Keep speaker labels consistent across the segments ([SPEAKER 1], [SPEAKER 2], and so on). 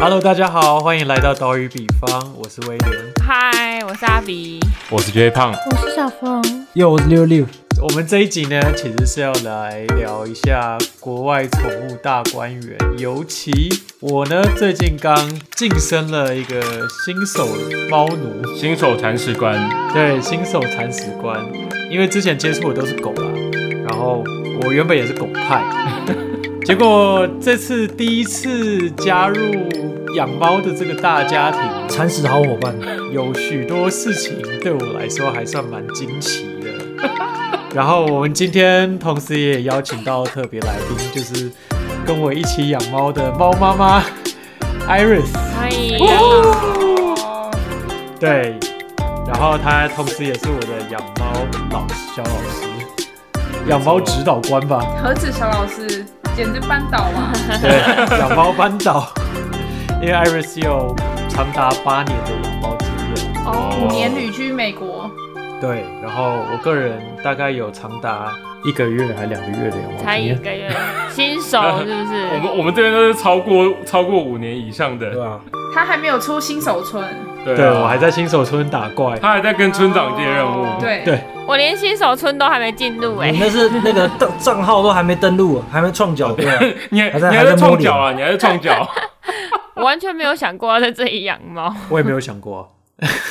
[SPEAKER 1] Hello，大家好，欢迎来到岛屿比方，我是威廉。
[SPEAKER 2] 嗨，我是阿比。
[SPEAKER 3] 我是 J 胖，
[SPEAKER 4] 我是小冯，
[SPEAKER 5] 哟，我是六六，
[SPEAKER 1] 我们这一集呢，其实是要来聊一下国外宠物大观园，尤其我呢最近刚晋升了一个新手猫奴，
[SPEAKER 3] 新手铲屎官，
[SPEAKER 1] 对，新手铲屎官，因为之前接触的都是狗啦，然后我原本也是狗派， 结果这次第一次加入养猫的这个大家庭，
[SPEAKER 5] 铲屎好伙伴，
[SPEAKER 1] 有许多事情对我来说还算蛮惊奇的。然后我们今天同时也邀请到特别来宾，就是跟我一起养猫的猫妈妈 Iris。
[SPEAKER 2] 欢迎。Hello
[SPEAKER 1] 对，然后她同时也是我的养猫老师小老师，养猫指导官吧？
[SPEAKER 6] 何止小老师，简直啊扳倒嘛！
[SPEAKER 1] 对，养猫班导。因为 Iris 有长达八年的养猫经验。
[SPEAKER 2] 哦
[SPEAKER 6] 五年旅居美国，
[SPEAKER 1] 对，然后我个人大概有长达一个月还两个月的养猫
[SPEAKER 2] 才
[SPEAKER 1] 经
[SPEAKER 2] 一
[SPEAKER 6] 啊
[SPEAKER 1] 验，
[SPEAKER 2] 个月，新手是不
[SPEAKER 3] 我
[SPEAKER 2] 是？
[SPEAKER 3] 们我们这边都是超过超过五年以上的
[SPEAKER 5] 对，啊吧？
[SPEAKER 6] 他还没有出新手村，
[SPEAKER 3] 对啊
[SPEAKER 1] 对我还在新手村打怪，
[SPEAKER 3] 他还在跟村长借任务，
[SPEAKER 6] 对
[SPEAKER 1] 对
[SPEAKER 2] 我连新手村都还没进入哎、
[SPEAKER 5] 你那是那个账账号都还没登录，还没创脚，对啊，
[SPEAKER 3] 你还
[SPEAKER 5] 还在
[SPEAKER 3] 你还在
[SPEAKER 5] 还在
[SPEAKER 3] 创
[SPEAKER 5] 摸脸
[SPEAKER 3] 脚啊，你还在创 脚，
[SPEAKER 2] 我完全没有想过要在这里养猫。
[SPEAKER 1] 我也没有想过。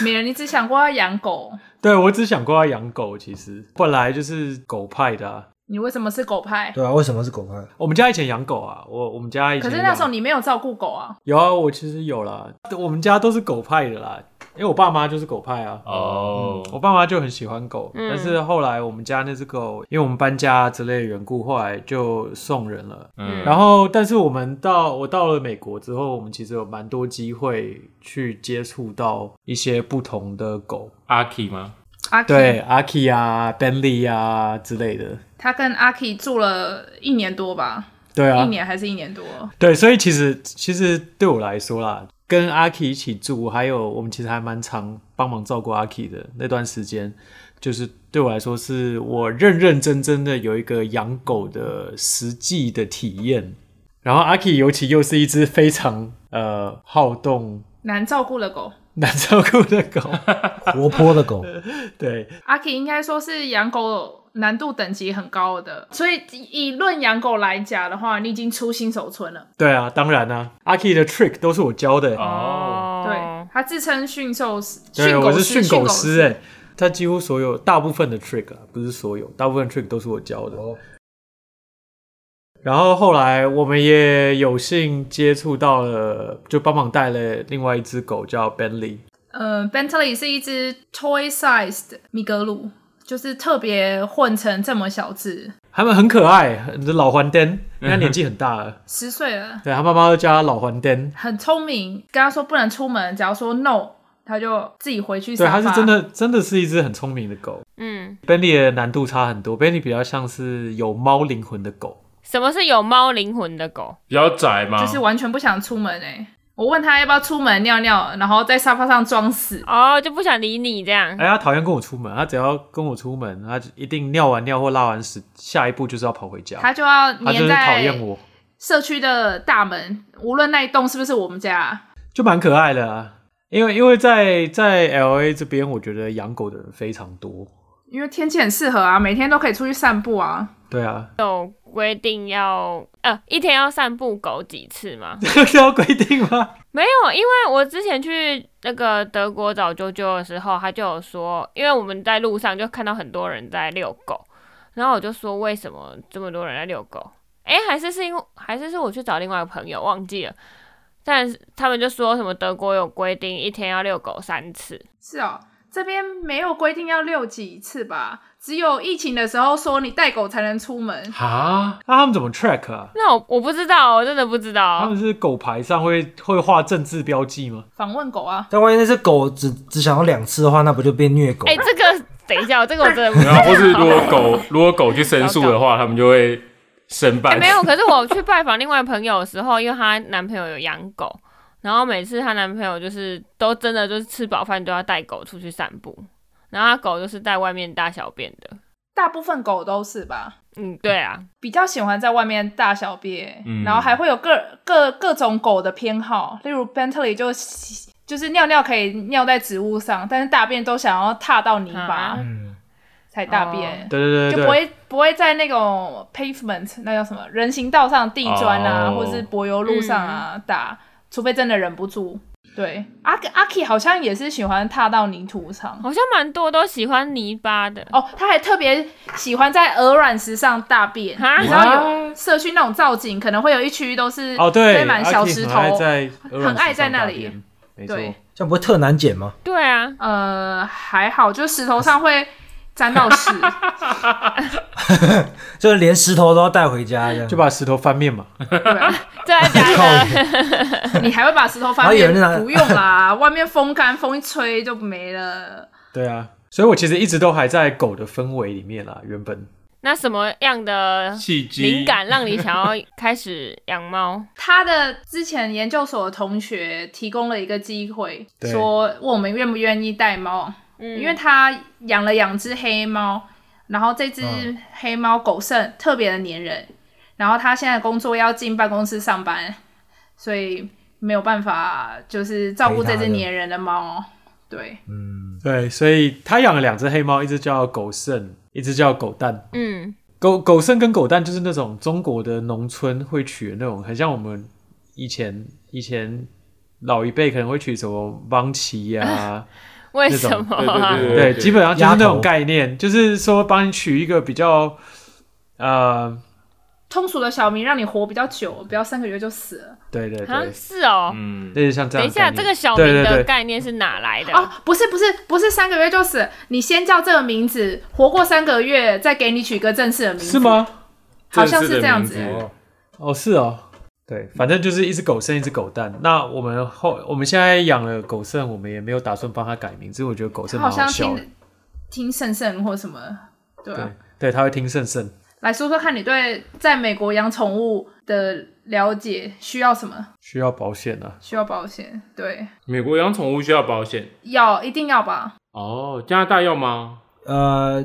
[SPEAKER 6] 美人，你只想过要养狗，
[SPEAKER 1] 对我只想过要养狗，其实本来就是狗派的啊、
[SPEAKER 6] 你为什么是狗派？
[SPEAKER 5] 对啊，为什么是狗派？
[SPEAKER 1] 我们家以前养狗啊，我我们家以
[SPEAKER 6] 可
[SPEAKER 1] 前
[SPEAKER 6] 是那时候
[SPEAKER 1] 养
[SPEAKER 6] 你没有照顾狗啊，
[SPEAKER 1] 有啊，我其实有啦，我们家都是狗派的啦，因为我爸妈就是狗派啊。
[SPEAKER 3] 哦
[SPEAKER 1] 我爸妈就很喜欢狗，
[SPEAKER 2] 嗯
[SPEAKER 1] 但是后来我们家那只狗，因为我们搬家之类的缘故，后来就送人了。
[SPEAKER 3] 嗯
[SPEAKER 1] 然后，但是我们到我到了美国之后，我们其实有蛮多机会去接触到一些不同的狗，
[SPEAKER 3] 阿 K 吗？
[SPEAKER 6] 阿 K，
[SPEAKER 1] 对，阿 k 啊、Bentley 啊之类的，
[SPEAKER 6] 他跟阿 K 住了一年多吧，
[SPEAKER 1] 对啊
[SPEAKER 6] 一，年还是一年多，
[SPEAKER 1] 对，所以其实其实对我来说啦，跟阿 k 一起住，还有我们其实还蛮常帮忙照顾阿 k 的那段时间，就是对我来说，是我认认真真的有一个养狗的实际的体验。然后阿 k 尤其又是一只非常呃好动。
[SPEAKER 6] 难照顾的狗。
[SPEAKER 1] 难 照顾的狗，
[SPEAKER 5] 活泼的狗，
[SPEAKER 1] 对
[SPEAKER 6] 阿 K 应该说是养狗难度等级很高的，所以以论养狗来讲的话，你已经出新手村了。
[SPEAKER 1] 对啊，当然啊，阿 k 的 trick 都是我教的、
[SPEAKER 3] 哦，
[SPEAKER 6] 对，，他自称驯兽师，
[SPEAKER 1] 对，
[SPEAKER 6] 训狗
[SPEAKER 1] 我是
[SPEAKER 6] 师，
[SPEAKER 1] 训狗师
[SPEAKER 6] 师
[SPEAKER 1] 哎、他几乎所有大部分的 trick 啊，不是所有，大部分 trick 都是我教的。
[SPEAKER 5] 哦
[SPEAKER 1] 然后后来我们也有幸接触到了，就帮忙带了另外一只狗叫 Bentley。
[SPEAKER 6] 呃，Bentley 是一只 toy sized 米格鲁，就是特别混成这么小只，
[SPEAKER 1] 他们很可爱，老黄灯，因为他年纪很大 了，
[SPEAKER 6] 十岁了，
[SPEAKER 1] 对他妈妈都叫他老黄灯。
[SPEAKER 6] 很聪明。跟他说不能出门，只要说 no，他就自己回去
[SPEAKER 1] 对，
[SPEAKER 6] 沙
[SPEAKER 1] 它
[SPEAKER 6] 发。
[SPEAKER 1] 是真，的，真的是一只很聪明的狗。
[SPEAKER 2] 嗯，
[SPEAKER 1] Bentley 的难度差很多，Bentley 比较像是有猫灵魂的狗。
[SPEAKER 2] 什么是有猫灵魂的狗？
[SPEAKER 3] 比较窄吗？
[SPEAKER 6] 就是完全不想出门哎、我问他要不要出门尿尿，然后在沙发上装死。
[SPEAKER 2] 哦，就不想理你这样。
[SPEAKER 1] 哎，他讨厌跟我出门，他只要跟我出门，他就一定尿完尿或拉完屎，下一步就是要跑回家。
[SPEAKER 6] 他就要
[SPEAKER 1] 他就
[SPEAKER 6] 黏
[SPEAKER 1] 是讨
[SPEAKER 6] 在
[SPEAKER 1] 厌我，
[SPEAKER 6] 社区的大门，无论那一栋是不是我们家，
[SPEAKER 1] 就蛮可爱的、啊。因为因为在在 L A 这边，我觉得养狗的人非常多。
[SPEAKER 6] 因为天气很适合啊，每天都可以出去散步啊。
[SPEAKER 1] 对啊，
[SPEAKER 2] 有规定要呃一天要散步狗几次吗？
[SPEAKER 1] 是要规定吗？
[SPEAKER 2] 没有，因为我之前去那个德国找啾啾的时候，他就有说，因为我们在路上就看到很多人在遛狗，然后我就说为什么这么多人在遛狗？诶，还是是因为还是是我去找另外一个朋友忘记了，但是他们就说什么德国有规定一天要遛狗三次，
[SPEAKER 6] 是哦，这边没有规定要遛几次吧，只有疫情的时候说你带狗才能出门。
[SPEAKER 3] 啊，
[SPEAKER 1] 那他们怎么 track 啊？
[SPEAKER 2] 那我我不知道，我真的不知
[SPEAKER 1] 他
[SPEAKER 2] 道
[SPEAKER 1] 们。是狗牌上会会画政治标记吗？
[SPEAKER 6] 访问狗啊，
[SPEAKER 5] 但万一那只狗只只想要两次的话，那不就变虐狗
[SPEAKER 2] 诶，？这个等一下，这个我真的不知
[SPEAKER 3] 然
[SPEAKER 2] 道。
[SPEAKER 3] 啊后或是如果狗 如果狗去申诉的话，他们就会申
[SPEAKER 2] 哎、
[SPEAKER 3] 办，
[SPEAKER 2] 没有，可是我去拜访另外朋友的时候，因为她男朋友有养狗， 然后每次她男朋友就是都真的就是吃饱饭就要带狗出去散步，然后她狗就是在外面大小便的。
[SPEAKER 6] 大部分狗都是吧？
[SPEAKER 2] 嗯，对啊，
[SPEAKER 6] 比较喜欢在外面大小便，
[SPEAKER 3] 嗯
[SPEAKER 6] 然后还会有各各各种狗的偏好，例如 Bentley 就喜就是尿尿可以尿在植物上，但是大便都想要踏到泥巴
[SPEAKER 2] 啊
[SPEAKER 5] 嗯，
[SPEAKER 6] 才大便。
[SPEAKER 1] 对对
[SPEAKER 6] 就
[SPEAKER 1] 对对，
[SPEAKER 6] 不会不会在那种 pavement 那叫什么人行道上地砖啊，
[SPEAKER 3] 哦
[SPEAKER 6] 或是柏油路上啊、打，除非真的忍不住。对，阿阿 K 好像也是喜欢踏到泥土上
[SPEAKER 2] 好像蛮多都喜欢泥巴的
[SPEAKER 6] 哦，他还特别喜欢在鹅卵石上大便。
[SPEAKER 2] 哈
[SPEAKER 6] 你知道有社区那种造景，可能会有一区都是
[SPEAKER 1] 哦对，
[SPEAKER 6] 堆满小石头，
[SPEAKER 1] 阿 K 很爱在鹅卵石
[SPEAKER 6] 很爱在
[SPEAKER 1] 上
[SPEAKER 6] 那
[SPEAKER 1] 大
[SPEAKER 6] 里
[SPEAKER 1] 便，没错，
[SPEAKER 6] 对
[SPEAKER 5] 这样不会特难捡吗？
[SPEAKER 2] 对啊，
[SPEAKER 6] 呃，还好，就石头上会沾到 屎，
[SPEAKER 5] 就是连石头都要带回家这样，
[SPEAKER 1] 就把石头翻面嘛。
[SPEAKER 6] 对啊
[SPEAKER 2] 真的假
[SPEAKER 1] 哦
[SPEAKER 2] 的？
[SPEAKER 5] 靠
[SPEAKER 6] 你还会把石头
[SPEAKER 5] 然
[SPEAKER 6] 翻
[SPEAKER 5] 后有
[SPEAKER 6] 面
[SPEAKER 5] 人拿？
[SPEAKER 6] 不用啦，外面风干，风一吹就没了。
[SPEAKER 1] 对啊，所以我其实一直都还在狗的氛围里面啦。原本
[SPEAKER 2] 那什么样的
[SPEAKER 3] 契机
[SPEAKER 2] 灵感让你想要开始养猫？
[SPEAKER 6] 他的之前研究所的同学提供了一个机会，
[SPEAKER 1] 对
[SPEAKER 6] 说问我们愿不愿意带猫，
[SPEAKER 2] 嗯
[SPEAKER 6] 因为他养了两只黑猫，然后这只
[SPEAKER 5] 嗯
[SPEAKER 6] 黑猫狗剩特别的粘人，然后他现在工作要进办公室上班，所以没有办法就是照顾这只
[SPEAKER 5] 陪它的
[SPEAKER 6] 粘人的猫。对，
[SPEAKER 5] 嗯，
[SPEAKER 1] 对，所以他养了两只黑猫，一只叫狗剩，一只叫狗蛋。
[SPEAKER 2] 嗯，
[SPEAKER 1] 狗狗剩跟狗蛋就是那种中国的农村会取的那种，很像我们以前以前老一辈可能会取什么邦奇呀、
[SPEAKER 2] 为什么啊？
[SPEAKER 3] 对
[SPEAKER 1] 对，基本上就是那
[SPEAKER 5] 鸭
[SPEAKER 1] 种
[SPEAKER 5] 头
[SPEAKER 1] 概念，就是说帮你取一个比较呃，
[SPEAKER 6] 通俗的小名让你活比较久，不要三个月就死了。
[SPEAKER 1] 对对
[SPEAKER 2] 啊
[SPEAKER 1] 对，，
[SPEAKER 2] 是哦。
[SPEAKER 3] 嗯，
[SPEAKER 1] 类似像这
[SPEAKER 2] 等
[SPEAKER 1] 样的概念。
[SPEAKER 2] 一下，这个小明
[SPEAKER 1] 对
[SPEAKER 2] 的
[SPEAKER 1] 对对，
[SPEAKER 2] 概念是哪来的？
[SPEAKER 6] 哦，不是不是不是三个月就死，你先叫这个名字，活过三个月再给你取个正式的名字，
[SPEAKER 1] 是？吗？
[SPEAKER 6] 好像是这样
[SPEAKER 3] 正式的名
[SPEAKER 6] 子。
[SPEAKER 3] 字
[SPEAKER 5] 哦，
[SPEAKER 1] 哦，是哦。对，反正就是一只狗剩，一只狗蛋。那我们后我们现在养了狗剩，我们也没有打算帮它改名字，因为我觉得狗剩
[SPEAKER 6] 好
[SPEAKER 1] 蛮
[SPEAKER 6] 像
[SPEAKER 1] 笑的。
[SPEAKER 6] 听听圣圣或什么，对啊、
[SPEAKER 1] 对对，它会听圣圣。
[SPEAKER 6] 来说说看你对在美国养宠物的了解，需要什么？
[SPEAKER 1] 需要保险啊，
[SPEAKER 6] 需要保险？对，
[SPEAKER 3] 美国养宠物需要保险
[SPEAKER 6] 要一定要吧？
[SPEAKER 3] 哦，加拿大要吗？
[SPEAKER 5] 呃，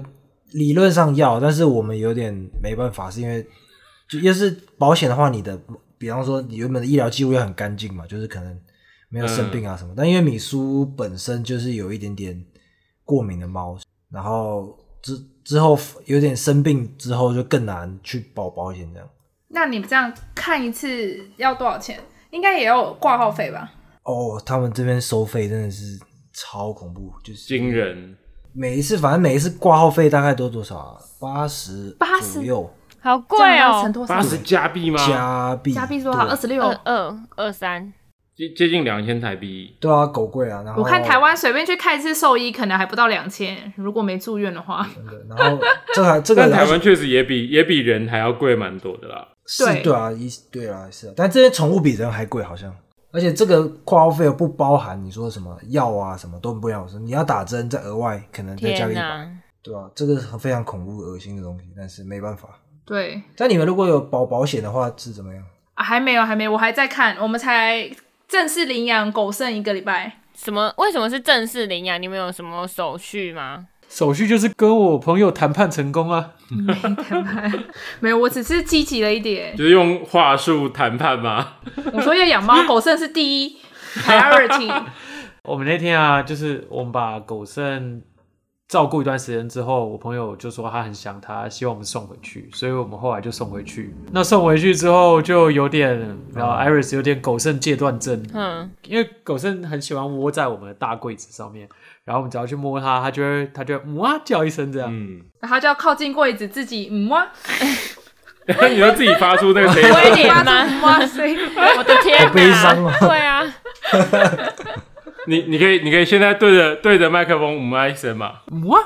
[SPEAKER 5] 理论上要，但是我们有点没办法，是因为就要是保险的话，你的呃比方说你原本的医疗记录要很干净嘛，就是可能没有生病啊什么。但因为米苏本身就是有一点点过敏的猫，然后之之后有点生病之后就更难去保保险这样。
[SPEAKER 6] 那你们这样看一次要多少钱？应该也有挂号费吧？
[SPEAKER 5] 哦，他们这边收费真的是超恐怖，就是
[SPEAKER 3] 惊人，
[SPEAKER 5] 每一次反正每一次挂号费大概都多少啊？八十
[SPEAKER 6] 80
[SPEAKER 5] 左右
[SPEAKER 2] 好
[SPEAKER 6] 这样
[SPEAKER 2] 贵
[SPEAKER 6] 要乘
[SPEAKER 2] 哦，
[SPEAKER 6] 多少
[SPEAKER 3] 八？十加币吗？
[SPEAKER 5] 加币，
[SPEAKER 6] 加币多少？
[SPEAKER 5] 对
[SPEAKER 6] 二十六
[SPEAKER 2] 二。二二三，
[SPEAKER 3] 接接近两千台币，
[SPEAKER 5] 对啊，狗贵啊。然后
[SPEAKER 6] 我看台，湾随便去看一次兽医，可能还不到两千，如果没住院的话。
[SPEAKER 5] 真的然后这 还这个
[SPEAKER 3] 但台湾确实也比也比人还要贵蛮多的啦。
[SPEAKER 5] 是
[SPEAKER 6] 对
[SPEAKER 5] 对啊，一对啊是啊，但这些宠物比人还贵好像。而且这个挂号费不包含你说什么药啊，什么都不要，你要打针再额外可能再加
[SPEAKER 2] 天
[SPEAKER 5] 个一百，
[SPEAKER 2] 哪！
[SPEAKER 5] 对啊，这个非常恐怖恶心的东西，但是没办法。
[SPEAKER 6] 对，
[SPEAKER 5] 但你们如果有保保险的话是怎么样？
[SPEAKER 6] 啊，还没有，还没，我还在看，我们才正式领养狗剩一个礼拜。
[SPEAKER 2] 什么？为什么是正式领养？你们有什么手续吗？
[SPEAKER 1] 手续就是跟我朋友谈判成功啊，
[SPEAKER 6] 没有，我只是积极了 一点。
[SPEAKER 3] 就是用话术谈判吗？
[SPEAKER 6] 我说要养猫，狗剩是第一 priority。
[SPEAKER 1] 我们那天啊，就是我们把狗剩照顾一段时间之后，我朋友就说他很想他，希望我们送回去，所以我们后来就送回去。那送回去之后就有点，然后 Iris 有点狗剩戒断症，
[SPEAKER 2] 嗯，
[SPEAKER 1] 因为狗剩很喜欢窝在我们的大柜子上面，然后我们只要去摸它，它就会它就会嗯哇叫一声这样。
[SPEAKER 3] 嗯，
[SPEAKER 6] 然后就要靠近柜子，自己嗯哇，
[SPEAKER 3] 你要自己发出那个 声音，
[SPEAKER 2] 威廉吗？
[SPEAKER 6] 嗯哇塞，
[SPEAKER 2] 我的天
[SPEAKER 5] 好悲伤
[SPEAKER 2] 哪
[SPEAKER 5] 哦！
[SPEAKER 2] 对啊，
[SPEAKER 3] 你你可以你可以现在对着对着麦克风五一声嘛，
[SPEAKER 1] 嗯哇，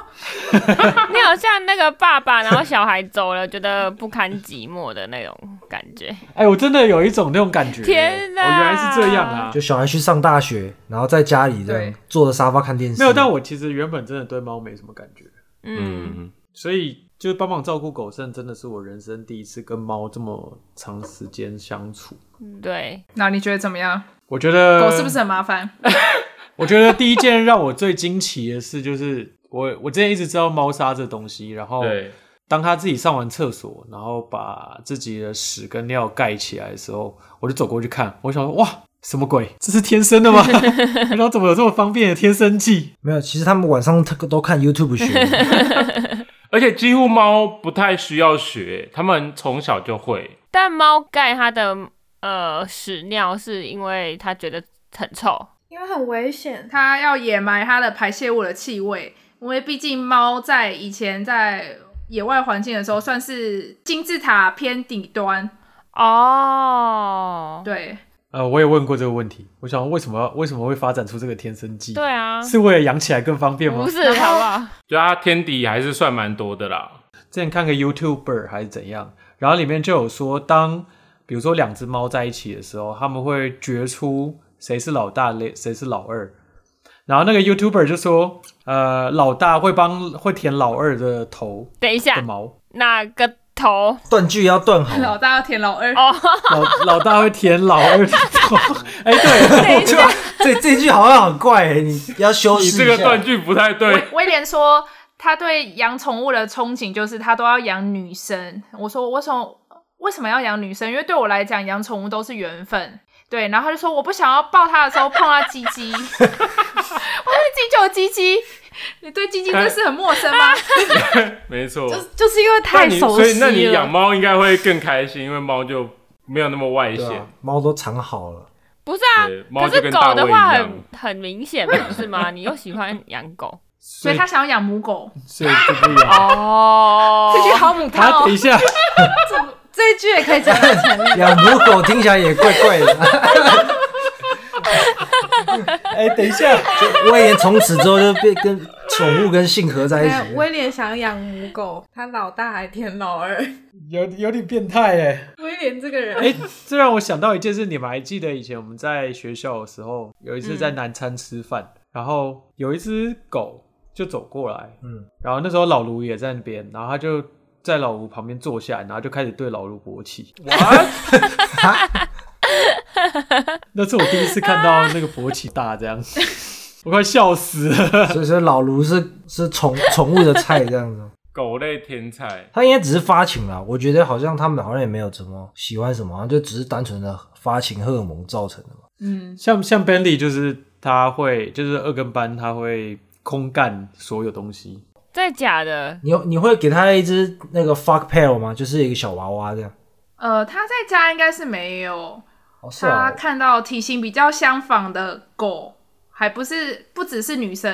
[SPEAKER 2] 你好像那个爸爸，然后小孩走了，觉得不堪寂寞的那种感觉。
[SPEAKER 1] 哎、我真的有一种那种感觉，
[SPEAKER 2] 天哪
[SPEAKER 1] 哦，原来是这样啊
[SPEAKER 5] 就。小孩去上大学，然后在家里这样
[SPEAKER 6] 对
[SPEAKER 5] 坐着沙发看电视，
[SPEAKER 1] 没有，但我其实原本真的对猫没什么感觉。
[SPEAKER 2] 嗯，，
[SPEAKER 1] 所以就是帮忙照顾狗剩，真的是我人生第一次跟猫这么长时间相处。
[SPEAKER 3] 嗯
[SPEAKER 2] 对，
[SPEAKER 6] 那你觉得怎么样？
[SPEAKER 1] 我觉得
[SPEAKER 6] 狗是不是？很麻烦？
[SPEAKER 1] 我觉得第一件让我最惊奇的事就是，我我之前一直知道猫砂这东西，然后
[SPEAKER 3] 对，
[SPEAKER 1] 当他自己上完厕所，然后把自己的屎跟尿盖起来的时候，我就走过去看，我想说哇，什么鬼？这是天生的吗？ 然后怎么有这么方便的天生技？
[SPEAKER 5] 没有，其实他们晚上都都看 YouTube 学的，
[SPEAKER 3] 而且几乎猫不太需要学，它们从小就会。
[SPEAKER 2] 但猫盖它的呃屎尿是因为它觉得很臭，
[SPEAKER 4] 因为很危险。
[SPEAKER 6] 它要掩埋它的排泄物的气味，因为毕竟猫在以前在野外环境的时候算是金字塔偏底端，
[SPEAKER 2] 哦，
[SPEAKER 6] 对，
[SPEAKER 1] 呃，我也问过这个问题，我想为什么为什么会发展出这个天生技？
[SPEAKER 2] 对啊，
[SPEAKER 1] 是为了养起来更方便吗
[SPEAKER 2] 不？是好不好？
[SPEAKER 3] 就它天敌还是算蛮多的啦。
[SPEAKER 1] 之前看个 YouTuber 还是怎样，然后里面就有说，当比如说两只猫在一起的时候，他们会决出谁是老大，谁谁是老二。然后那个 YouTuber 就说，呃，老大会帮会舔老二的头
[SPEAKER 2] 等一
[SPEAKER 1] 的
[SPEAKER 2] 下，
[SPEAKER 1] 毛，
[SPEAKER 2] 哪个头？哦
[SPEAKER 5] 断句要断好。
[SPEAKER 6] 老大要舔老二，
[SPEAKER 1] 老老大会舔老二的头。哎，对，
[SPEAKER 2] 等一
[SPEAKER 6] 啊
[SPEAKER 2] 下，
[SPEAKER 5] 这这句好像很怪、欸你要修
[SPEAKER 3] 你
[SPEAKER 5] 饰
[SPEAKER 3] 这
[SPEAKER 5] 哦一
[SPEAKER 3] 个
[SPEAKER 5] 下
[SPEAKER 3] 断。句不太对，
[SPEAKER 6] 威廉说，他对养宠物的憧憬就是他都要养女生。我说我为什么为什么要养女生？因为对我来讲，养宠物都是缘分。对，然后他就说我不想要抱它的时候碰到鸡鸡，我说你自己就有鸡鸡，你对鸡鸡这事很陌生 吗？
[SPEAKER 3] 没错。
[SPEAKER 4] 就是因
[SPEAKER 3] 那
[SPEAKER 4] 为 太
[SPEAKER 3] 你
[SPEAKER 4] 熟
[SPEAKER 3] 所以
[SPEAKER 4] 悉
[SPEAKER 3] 那你养
[SPEAKER 4] 了，
[SPEAKER 3] 猫应该会更开心，因为猫就没有那么外
[SPEAKER 5] 对
[SPEAKER 3] 显
[SPEAKER 5] 啊。，猫都藏好了，
[SPEAKER 2] 不是啊
[SPEAKER 3] 对，猫
[SPEAKER 2] 可
[SPEAKER 3] 就是跟大
[SPEAKER 2] 狗
[SPEAKER 3] 卫
[SPEAKER 2] 的
[SPEAKER 3] 一
[SPEAKER 2] 话
[SPEAKER 3] 样
[SPEAKER 2] 很很明显，不是 吗？你又喜欢养狗
[SPEAKER 1] 所
[SPEAKER 6] 所以他想要养母狗。
[SPEAKER 1] 所以就不一样。
[SPEAKER 2] 哦，
[SPEAKER 4] 这句好母汤
[SPEAKER 1] 他
[SPEAKER 4] 哦
[SPEAKER 1] 等一，下，
[SPEAKER 4] 这一句也可以讲在前面。
[SPEAKER 5] 养母狗听起来也怪怪的。
[SPEAKER 1] 哎，等一下，
[SPEAKER 5] 威廉从此之后就变跟宠物跟性合在一
[SPEAKER 4] 哎
[SPEAKER 5] 起了。
[SPEAKER 4] 威廉想养母狗，他老大还舔老二。
[SPEAKER 1] 有有点变态哎。
[SPEAKER 4] 威廉这个人，
[SPEAKER 1] 哎、这让我想到一件事，你们还记得以前我们在学校的时候，有一次
[SPEAKER 6] 嗯
[SPEAKER 1] 在南餐吃饭，然后有一只狗就走过来，嗯
[SPEAKER 5] 嗯，
[SPEAKER 1] 然后那时候老卢也在那边，然后他就在老卢旁边坐下来，然后就开始对老卢勃起。 那是我第一次看到那个勃起大这样，我快笑死了。
[SPEAKER 5] 所以说老卢是是宠宠物的菜这样子。
[SPEAKER 3] 狗类天才，
[SPEAKER 5] 他应该只是发情啦，我觉得好像他们好像也没有怎么喜欢什么，好像就只是单纯的发情荷尔蒙造成的嘛。
[SPEAKER 6] 嗯，
[SPEAKER 1] 像像 Bentley 就是他会就是二跟班他会空干所有东西，
[SPEAKER 2] 真的假的？
[SPEAKER 5] 你有你会给他一只那个 fuck pail 吗？就是一个小娃娃这样。
[SPEAKER 6] 呃，他在家应该是没有，
[SPEAKER 5] 哦，是
[SPEAKER 6] 他
[SPEAKER 5] 啊，
[SPEAKER 6] 看到体型比较相仿的狗，还不是不只是女生，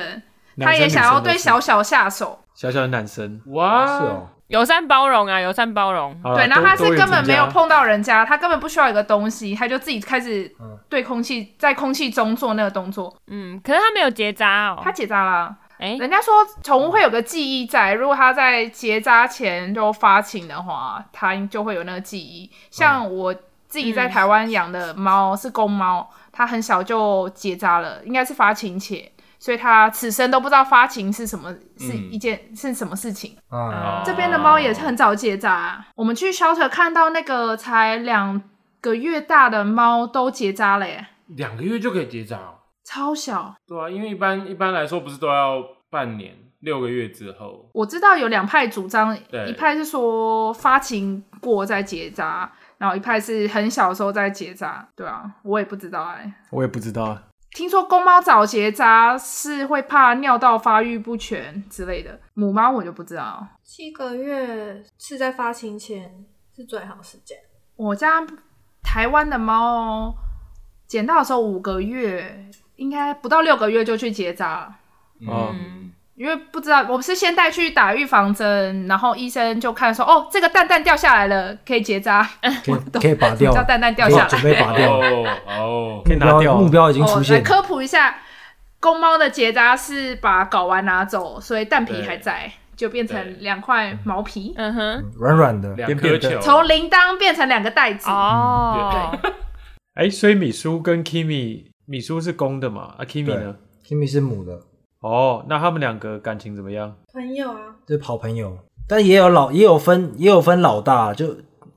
[SPEAKER 6] 他
[SPEAKER 1] 男生
[SPEAKER 6] 也想
[SPEAKER 1] 女
[SPEAKER 6] 要
[SPEAKER 1] 生都
[SPEAKER 6] 对
[SPEAKER 1] 是
[SPEAKER 6] 小小下手。
[SPEAKER 1] 小小的男生。
[SPEAKER 3] 哇，
[SPEAKER 5] 是哦，
[SPEAKER 2] 友善包容啊，友善包容。
[SPEAKER 1] 好啦
[SPEAKER 6] 对，然后
[SPEAKER 1] 多
[SPEAKER 6] 他
[SPEAKER 1] 多
[SPEAKER 6] 是
[SPEAKER 1] 元
[SPEAKER 6] 根本
[SPEAKER 1] 增
[SPEAKER 6] 没有
[SPEAKER 1] 加
[SPEAKER 6] 碰到人家，他根本不需要一个东西，他就自己开始
[SPEAKER 5] 嗯
[SPEAKER 6] 对空气在空气中做那个动作，
[SPEAKER 2] 嗯，可是他没有结扎哦
[SPEAKER 6] 他。结扎啦。
[SPEAKER 2] 哎、
[SPEAKER 6] 人家说宠物会有个记忆在，如果它在结扎前就发情的话，它就会有那个记忆。像我自己在
[SPEAKER 2] 嗯
[SPEAKER 6] 台湾养的猫是公猫，它很小就结扎了，应该是发情前，所以它此生都不知道发情是什么，是
[SPEAKER 3] 嗯
[SPEAKER 6] 一件是什么事情。
[SPEAKER 5] 啊，
[SPEAKER 2] 哦
[SPEAKER 6] 这边的猫也是很早结扎、我们去 shelter 看到那个才两个月大的猫都结扎了耶，
[SPEAKER 3] 两个月就可以结扎哦。
[SPEAKER 6] 超小。
[SPEAKER 3] 对啊，因为一般一般来说不是都要半年六个月之后，
[SPEAKER 6] 我知道有两派主张，
[SPEAKER 3] 对
[SPEAKER 6] 一派是说发情过再结扎，然后一派是很小的时候再结扎，对啊，我也不知道哎、
[SPEAKER 1] 我也不知道，
[SPEAKER 6] 听说公猫早结扎是会怕尿道发育不全之类的，母猫我就不知道。
[SPEAKER 4] 七个月是在发情前是最好时间。
[SPEAKER 6] 我家台湾的猫哦，捡到的时候五个月，应该不到六个月就去结扎了。
[SPEAKER 1] 哦
[SPEAKER 2] 嗯，
[SPEAKER 6] 因为不知道，我是先带去打预防针，然后医生就看说，哦，这个蛋蛋掉下来了，可以结 扎，
[SPEAKER 5] 可以可以拔
[SPEAKER 6] 什
[SPEAKER 5] 掉
[SPEAKER 6] 么叫
[SPEAKER 5] 了，
[SPEAKER 6] 蛋蛋掉
[SPEAKER 5] 可以
[SPEAKER 6] 下来
[SPEAKER 5] 准备拔掉了，
[SPEAKER 3] 哦哦，
[SPEAKER 1] 可以
[SPEAKER 5] 目
[SPEAKER 1] 拿掉啊
[SPEAKER 5] 标
[SPEAKER 1] 了
[SPEAKER 5] 目标已经出
[SPEAKER 6] 哦，来
[SPEAKER 5] 现了。
[SPEAKER 6] 科普一下，公猫的结扎是把睾丸拿走，所以蛋皮还在，就变
[SPEAKER 3] 对
[SPEAKER 6] 成两块毛皮，
[SPEAKER 2] 嗯哼，
[SPEAKER 5] 软软的，
[SPEAKER 3] 两颗
[SPEAKER 1] 边边
[SPEAKER 3] 球
[SPEAKER 1] 的
[SPEAKER 6] 从铃铛变成两个袋
[SPEAKER 3] 嗯
[SPEAKER 6] 子。
[SPEAKER 2] 哦，
[SPEAKER 1] 哎、所以米叔跟 Kimi，米叔是公的嘛？啊，Kimi 呢？
[SPEAKER 5] Kimi 是母的，
[SPEAKER 1] 哦，那他们两个感情怎么样？
[SPEAKER 4] 朋友啊，
[SPEAKER 5] 就是好朋友，但也有老也有分也有分老大，就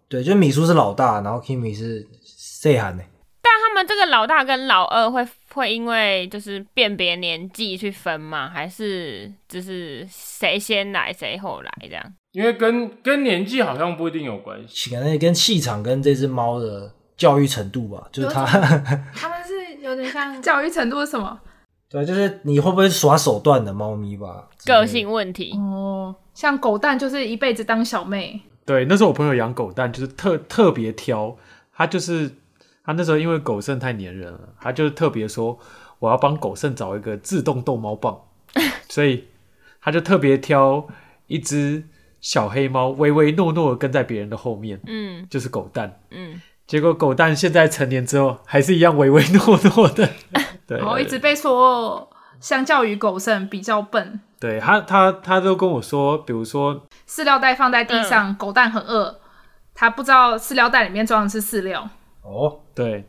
[SPEAKER 5] 对，就米叔是老大，然后 Kimi 是 C 涵呢，
[SPEAKER 2] 但他们这个老大跟老二会会因为就是辨别年纪去分吗？还是就是谁先来谁后来这样？
[SPEAKER 3] 因为跟跟年纪好像不一定有关系。
[SPEAKER 5] 可能跟气场跟这只猫的教育程度吧，就是它，
[SPEAKER 4] 他们是有点像
[SPEAKER 6] 教育程度是什么？
[SPEAKER 5] 对，就是你会不会耍手段的猫咪吧？
[SPEAKER 2] 个性问题，
[SPEAKER 6] 哦，像狗蛋就是一辈子当小妹，
[SPEAKER 1] 对，那时候我朋友养狗蛋，就是特特别挑，他就是他那时候因为狗剩太粘人了，他就是特别说我要帮狗剩找一个自动逗猫棒， 所以他就特别挑一只小黑猫，唯唯诺诺的跟在别人的后面，
[SPEAKER 2] 嗯
[SPEAKER 1] 就是狗蛋。
[SPEAKER 2] 嗯，。
[SPEAKER 1] 结果狗蛋现在成年之后，还是一样唯唯诺诺 的，对，
[SPEAKER 6] 然后一直被说相较于狗剩比较笨，
[SPEAKER 1] 对他他他都跟我说，比如说
[SPEAKER 6] 饲料袋放在地上，
[SPEAKER 1] 嗯
[SPEAKER 6] 狗蛋很饿，它不知道饲料袋里面装的是饲料，
[SPEAKER 5] 哦，
[SPEAKER 1] 对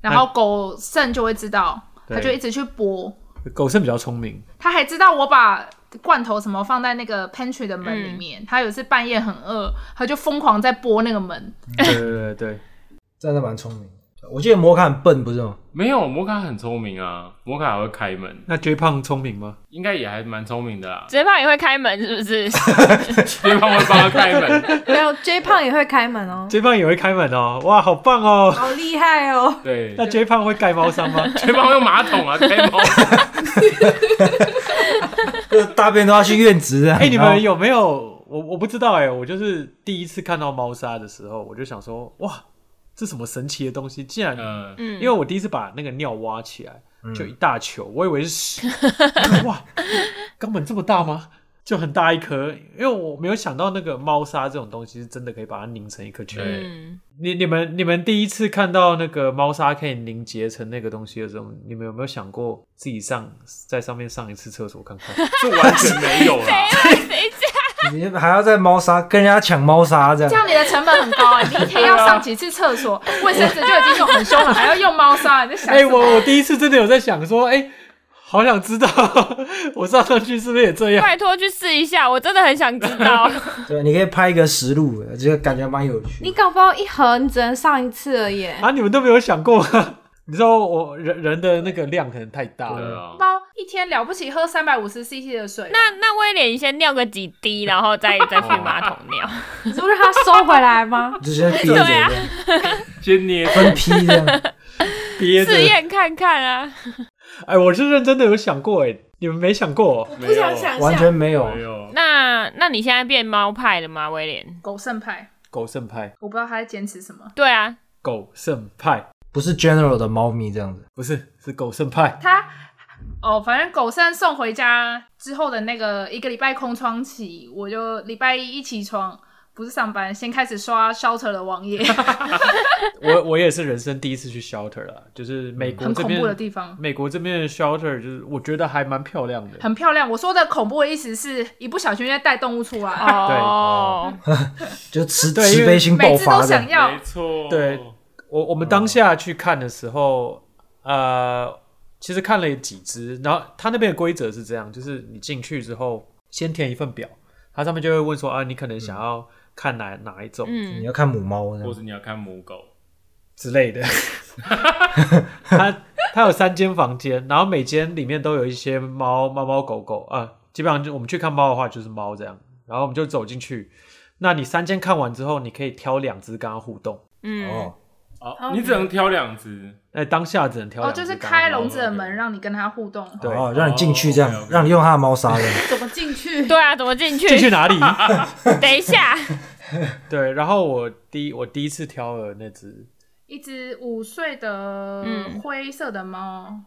[SPEAKER 6] 然后狗剩就会知道，
[SPEAKER 1] 对
[SPEAKER 6] 它就一直去拨，
[SPEAKER 1] 狗剩比较聪明，
[SPEAKER 6] 它还知道我把。罐头什么放在那个 pantry 的门里
[SPEAKER 1] 嗯
[SPEAKER 6] 面，它有一次半夜很饿，它就疯狂在拨那个门，
[SPEAKER 1] 对对对对。
[SPEAKER 5] 真的蛮聪明。我记得摩卡很笨，不是吗？
[SPEAKER 3] 没有，摩卡很聪明啊，摩卡还会开门，
[SPEAKER 1] 那 J 胖聪明吗？
[SPEAKER 3] 应该也还蛮聪明的啦
[SPEAKER 2] 直接胖也会开门是不是？
[SPEAKER 3] 对方会帮他开 门，
[SPEAKER 4] 没有 J 胖也会开门哦，
[SPEAKER 1] J 胖也会开门哦，哇，好棒 哦！
[SPEAKER 4] 好厉害哦！
[SPEAKER 3] 对，
[SPEAKER 1] 那 J 胖会盖猫砂吗？
[SPEAKER 3] 对方用马 桶啊，开猫。
[SPEAKER 5] 就是大便都要去院子 啊。
[SPEAKER 1] 哎、你
[SPEAKER 5] 然后
[SPEAKER 1] 们有没有？我我不知道哎、我就是第一次看到猫砂的时候，我就想说，哇，这什么神奇的东西？竟然，
[SPEAKER 3] 嗯，
[SPEAKER 2] 嗯，
[SPEAKER 1] 因为我第一次把那个尿挖起来，就一大球，我以为是屎，哇，肛门这么大吗？就很大一颗，因为我没有想到那个猫砂这种东西是真的可以把它拧成一颗球。
[SPEAKER 3] 对
[SPEAKER 2] 嗯，
[SPEAKER 1] 你你们你们第一次看到那个猫砂可以凝结成那个东西的时候，你们有没有想过自己上在上面上一次厕所看看？
[SPEAKER 3] 这完全没有 啦。
[SPEAKER 5] 你还要在猫砂跟人家抢猫砂这样
[SPEAKER 6] 这？样你的成本很高 哎、你一天要上几次厕所，卫生纸就已经用很凶 了，还要用猫砂，你在想
[SPEAKER 1] 哎、
[SPEAKER 6] 什么？
[SPEAKER 1] 我我第一次真的有在想说，哎、好想知道 我上上去是不是也这样？
[SPEAKER 2] 拜托去试一下，我真的很想知道。
[SPEAKER 5] 对，你可以拍一个实录，这个感觉蛮有趣的。？
[SPEAKER 4] 你搞不好一盒你只能上一次而已。
[SPEAKER 1] 啊，你们都没有想过吗？ 你知道我人人的那个量可能太大
[SPEAKER 3] 对
[SPEAKER 1] 了，
[SPEAKER 3] 啊，
[SPEAKER 6] 猫一天了不起喝三百五十 CC 的水，
[SPEAKER 2] 那那威廉，你先尿个几滴，然后再再去马桶尿。
[SPEAKER 4] 你是不是他收回来吗
[SPEAKER 5] 就先憋着这样，
[SPEAKER 3] 先 捏
[SPEAKER 5] 分批这样。
[SPEAKER 1] 憋着。
[SPEAKER 2] 试验看看啊。
[SPEAKER 1] 哎、我是认真的有想过、哎，你们没想过？
[SPEAKER 4] 我不想想
[SPEAKER 5] 完全
[SPEAKER 4] 象，
[SPEAKER 5] 没 有
[SPEAKER 3] 没有，
[SPEAKER 2] 那那你现在变猫派了吗，威廉？
[SPEAKER 6] 狗剩派，
[SPEAKER 1] 狗剩派，
[SPEAKER 6] 我不知道他在坚持什么。
[SPEAKER 2] 对啊，
[SPEAKER 1] 狗剩派
[SPEAKER 5] 不是 general 的猫咪这样子。
[SPEAKER 1] 不是是狗剩派，
[SPEAKER 6] 他哦，反正狗剩送回家之后的那个一个礼拜空窗期，我就礼拜一一起床。不是上班，先开始刷 shelter 的网页，
[SPEAKER 1] 我我也是人生第一次去 shelter 啦，就是美国
[SPEAKER 6] 很
[SPEAKER 1] 这
[SPEAKER 6] 恐
[SPEAKER 1] 边
[SPEAKER 6] 怖的地方，
[SPEAKER 1] 美国这边的 shelter 就是我觉得还蛮漂亮的，
[SPEAKER 6] 很漂亮。我说的恐怖的意思是一不小心就会带动物出来，
[SPEAKER 2] 哦，
[SPEAKER 5] 就慈
[SPEAKER 1] 对因为
[SPEAKER 5] 慈悲心爆
[SPEAKER 6] 每次
[SPEAKER 5] 发
[SPEAKER 6] 都
[SPEAKER 5] 的
[SPEAKER 6] 想，要
[SPEAKER 3] 没，错，
[SPEAKER 1] 对我我们当下去看的时候，呃，其实看了几只，然后它那边的规则是这样，就是你进去之后先填一份表，它上面就会问说啊，你可能想要看哪、哪一种
[SPEAKER 5] 你
[SPEAKER 2] 嗯，
[SPEAKER 5] 要看母猫这
[SPEAKER 3] 或
[SPEAKER 5] 样。
[SPEAKER 3] 者你要看母狗，
[SPEAKER 1] 之类的。它它有三间房间，然后每间里面都有一些猫猫猫狗狗啊、基本上就我们去看猫的话就是猫这样，然后我们就走进去。那你三间看完之后，你可以挑两只跟它互动。
[SPEAKER 2] 嗯，
[SPEAKER 5] 哦，
[SPEAKER 3] 哦，你只能挑两只，
[SPEAKER 1] 哎，当下只能挑
[SPEAKER 6] 哦，
[SPEAKER 1] 两只
[SPEAKER 6] 就是
[SPEAKER 1] 跟它
[SPEAKER 6] 开
[SPEAKER 1] 互动
[SPEAKER 6] 笼子的门，
[SPEAKER 3] OK
[SPEAKER 6] 让你跟它互 动。
[SPEAKER 1] 对
[SPEAKER 5] 哦，让你进去这
[SPEAKER 3] 哦
[SPEAKER 5] 样，
[SPEAKER 3] ，OK，OK
[SPEAKER 5] 让你用它的猫砂 这样。
[SPEAKER 4] 怎么进去？
[SPEAKER 2] 对啊，怎么进去？
[SPEAKER 1] 进去哪里？
[SPEAKER 2] 等一下，
[SPEAKER 1] 对，然后我第一我第一次挑了那只，
[SPEAKER 6] 一只五岁的
[SPEAKER 2] 嗯
[SPEAKER 6] 灰色的猫，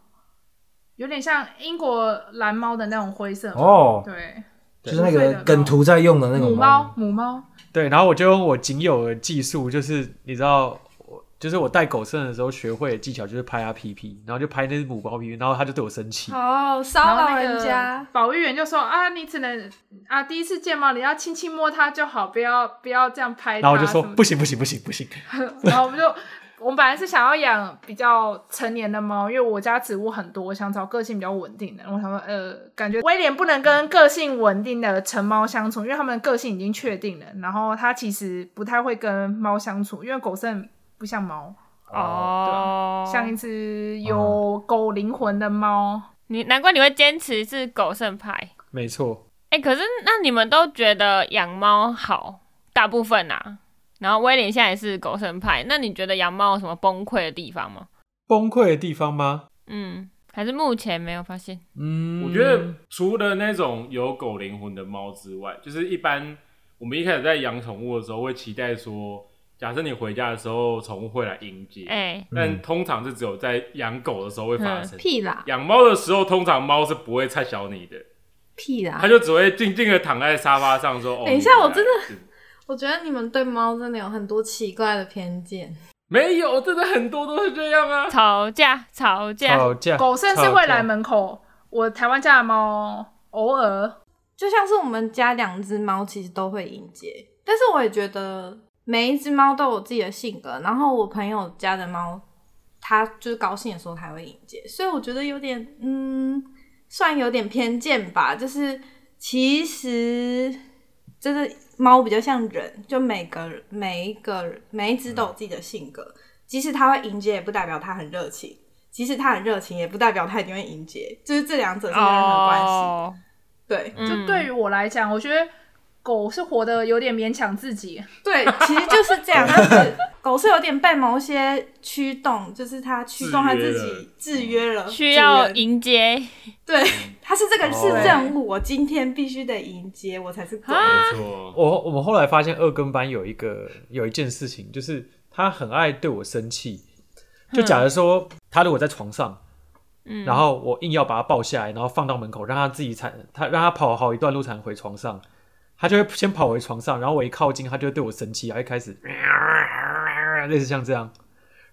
[SPEAKER 6] 有点像英国蓝猫的那种灰色猫。
[SPEAKER 5] 哦，
[SPEAKER 6] 对，
[SPEAKER 5] 就是那个梗图在用的那
[SPEAKER 6] 母
[SPEAKER 5] 种
[SPEAKER 6] 猫，，母猫，
[SPEAKER 1] 对，然后我就用我仅有的技术，就是你知道，我就是我带狗剩的时候学会的技巧，就是拍它屁屁，然后就拍那只母猫屁屁，然后它就对我生气，
[SPEAKER 4] 哦，
[SPEAKER 6] 然
[SPEAKER 4] 骚
[SPEAKER 6] 后
[SPEAKER 4] 扰
[SPEAKER 6] 那
[SPEAKER 4] 人家
[SPEAKER 6] 个。保育员就说啊，你只能啊第一次见猫，你要轻轻摸它就好，不要不要这样拍它。
[SPEAKER 1] 然后我就说不，行不行不行不行，
[SPEAKER 6] 然后我们就。我们本来是想要养比较成年的猫，因为我家植物很多，我想找个性比较稳定的。我想说，呃，感觉威廉不能跟个性稳定的成猫相处，因为他们的个性已经确定了。然后他其实不太会跟猫相处，因为狗剩不像猫，
[SPEAKER 2] 哦，嗯
[SPEAKER 6] 像一只有狗灵魂的猫。
[SPEAKER 2] 你难怪你会坚持是狗剩派。
[SPEAKER 1] 没错，
[SPEAKER 2] 哎、可是那你们都觉得养猫好，大部分啊。然后威廉现在也是狗剩派，那你觉得养猫有什么崩溃的地方吗？
[SPEAKER 1] 崩溃的地方吗？
[SPEAKER 2] 嗯，还是目前没有发现。
[SPEAKER 1] 嗯，
[SPEAKER 3] 我觉得除了那种有狗灵魂的猫之外，就是一般我们一开始在养宠物的时候会期待说，假设你回家的时候，宠物会来迎接，
[SPEAKER 2] 哎、
[SPEAKER 3] 但通常是只有在养狗的时候会发生。
[SPEAKER 4] 嗯屁啦
[SPEAKER 3] 养猫的时候，通常猫是不会菜小你的，
[SPEAKER 4] 屁啦
[SPEAKER 3] 它！就只会静静的躺在沙发上说：“哦，
[SPEAKER 4] 啊等一下
[SPEAKER 3] 你回来
[SPEAKER 4] 我真的
[SPEAKER 3] 是
[SPEAKER 4] 我觉得你们对猫真的有很多奇怪的偏见。
[SPEAKER 3] 没有，真的很多都是这样啊。
[SPEAKER 2] 吵架，吵架，
[SPEAKER 1] 吵架，
[SPEAKER 6] 狗甚至会来
[SPEAKER 1] 吵架
[SPEAKER 6] 门口。我台湾家的猫偶尔
[SPEAKER 4] 就像是我们家两只猫其实都会迎接，但是我也觉得每一只猫都有自己的性格。然后我朋友家的猫，它就是高兴的时候才会迎接，所以我觉得有点嗯，算有点偏见吧。就是其实真的猫比较像人，就每个每一个每一只都有自己的性格，即使它会迎接，也不代表它很热情。即使它很热情，也不代表它一定会迎接，就是这两者之间的关系。
[SPEAKER 2] 哦，
[SPEAKER 4] 对，
[SPEAKER 2] 嗯
[SPEAKER 6] 就对于我来讲，我觉得狗是活得有点勉强自己。
[SPEAKER 4] 对，其实就是这样。但是狗是有点被某些驱动，就是它驱动它自己制约了，
[SPEAKER 2] 需要
[SPEAKER 4] 制约
[SPEAKER 2] 迎接
[SPEAKER 4] 对， 它是这个是
[SPEAKER 1] 哦
[SPEAKER 4] 任务，我今天必须得迎接，我才是狗。
[SPEAKER 2] 啊，
[SPEAKER 3] 没错，
[SPEAKER 1] 我我们后来发现二跟班有一个有一件事情，就是他很爱对我生气。就假如说他如果在床上，
[SPEAKER 2] 嗯
[SPEAKER 1] 然后我硬要把他抱下来，然后放到门口，让他自己才他让他跑好一段路才能回床上，他就会先跑回床上，然后我一靠近，他就会对我生气，然后一开始 类似像这样。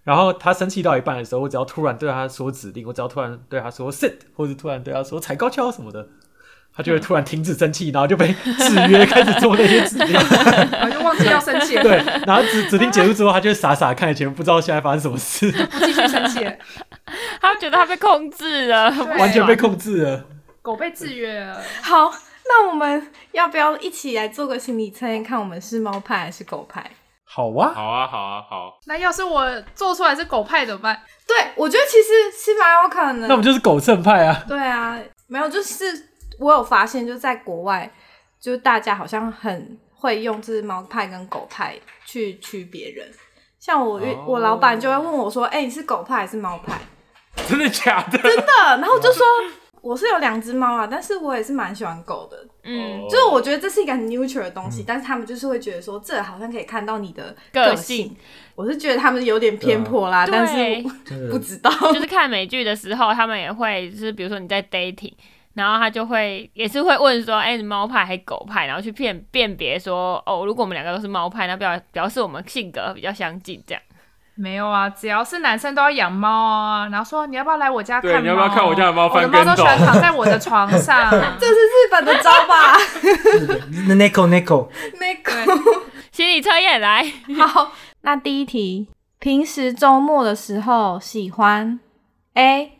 [SPEAKER 1] 然后他生气到一半的时候，我只要突然对他说指令，我只要突然对他说 sit，或者突然对他说踩高跷什么的，他就会突然停止生气，然后就被 制约，开始做那些指 令。
[SPEAKER 6] 我就忘记要生气了，
[SPEAKER 1] 对，然后指指定结束之后，他就傻傻看着前面，不知道现在发生什么 事，
[SPEAKER 6] 不继续生气了，
[SPEAKER 2] 他觉得他被控制了，
[SPEAKER 6] 对
[SPEAKER 1] 完全被控制了。
[SPEAKER 6] 狗被制约了。
[SPEAKER 4] 好，那我们要不要一起来做个心理测验，看我们是猫派还是狗派？
[SPEAKER 1] 好啊，
[SPEAKER 3] 好啊，好啊，好。
[SPEAKER 6] 那要是我做出来是狗派怎么办？
[SPEAKER 4] 对，我觉得其实是蛮有可能。
[SPEAKER 1] 那我们就是狗正派啊。
[SPEAKER 4] 对啊，没有，就是我有发现，就在国外，就大家好像很会用这只猫派跟狗派去区别人。像我遇、
[SPEAKER 2] 哦
[SPEAKER 4] 我老板就会问我说：“哎、你是狗派还是猫派
[SPEAKER 3] 真的假的？？”
[SPEAKER 4] 呃，然后我就说。我是有两只猫啊，但是我也是蛮喜欢狗的。
[SPEAKER 2] 嗯，
[SPEAKER 3] 哦
[SPEAKER 4] 就是我觉得这是一个很 neutral 的东西，但是他们就是会觉得说，这好像可以看到你的
[SPEAKER 2] 个
[SPEAKER 4] 性。
[SPEAKER 2] 性
[SPEAKER 4] 我是觉得他们有点偏颇啦，
[SPEAKER 2] 对
[SPEAKER 4] 啊但是我不知道。
[SPEAKER 2] 就是看美剧的时候，他们也会，就是比如说你在 dating，然后他就会也是会问说，哎、你猫派还是狗派，然后去辨辨别说，哦，如果我们两个都是猫派，那表表示我们性格比较相近，这样。
[SPEAKER 6] 没有啊，只要是男生都要养猫啊，然后说你要不要来我家看猫？
[SPEAKER 3] 对你要不要看我家的猫
[SPEAKER 6] 我的
[SPEAKER 3] 翻
[SPEAKER 6] 猫
[SPEAKER 3] 跟斗
[SPEAKER 6] 都喜欢躺在我的床上。
[SPEAKER 4] 这是日本的招 吧？
[SPEAKER 5] 那 Nico Nico，
[SPEAKER 4] 那个。
[SPEAKER 2] 心理测验来，
[SPEAKER 4] 好，那第一题，平时周末的时候喜欢 A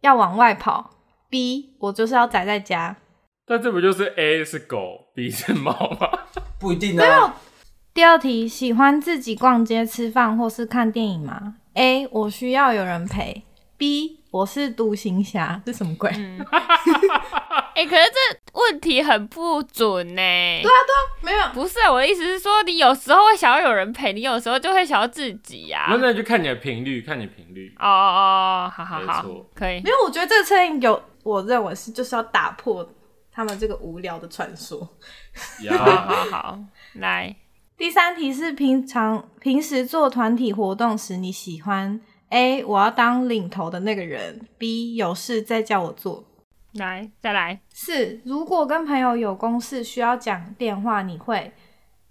[SPEAKER 4] 要往外跑，B 我就是要宅在家。
[SPEAKER 3] 但这不就是 A 是狗，B 是猫吗？
[SPEAKER 5] 不一定啊。
[SPEAKER 4] 第二题，喜欢自己逛街、吃饭或是看电影吗？A 我需要有人陪，B 我是独行侠，这什么鬼？
[SPEAKER 2] 嗯，哎、可是这问题很不准呢、对啊，
[SPEAKER 4] 没有，
[SPEAKER 2] 不是啊我的意思是说，你有时候会想要有人陪，你有时候就会想要自己呀、
[SPEAKER 3] 那那就看你的频率，看你的频率。
[SPEAKER 2] 哦哦哦，好好好
[SPEAKER 3] 没错，
[SPEAKER 2] 可以
[SPEAKER 4] 没。有，我觉得这个测验有，我认为是就是要打破他们这个无聊的传说。
[SPEAKER 2] 好
[SPEAKER 3] 呀，
[SPEAKER 2] 好好，来，
[SPEAKER 4] 第三题是平常平时做团体活动时，你喜欢 A 我要当领头的那个人，B 有事再叫我做。
[SPEAKER 2] 来，再来。
[SPEAKER 4] 四，如果跟朋友有公事需要讲电话，你会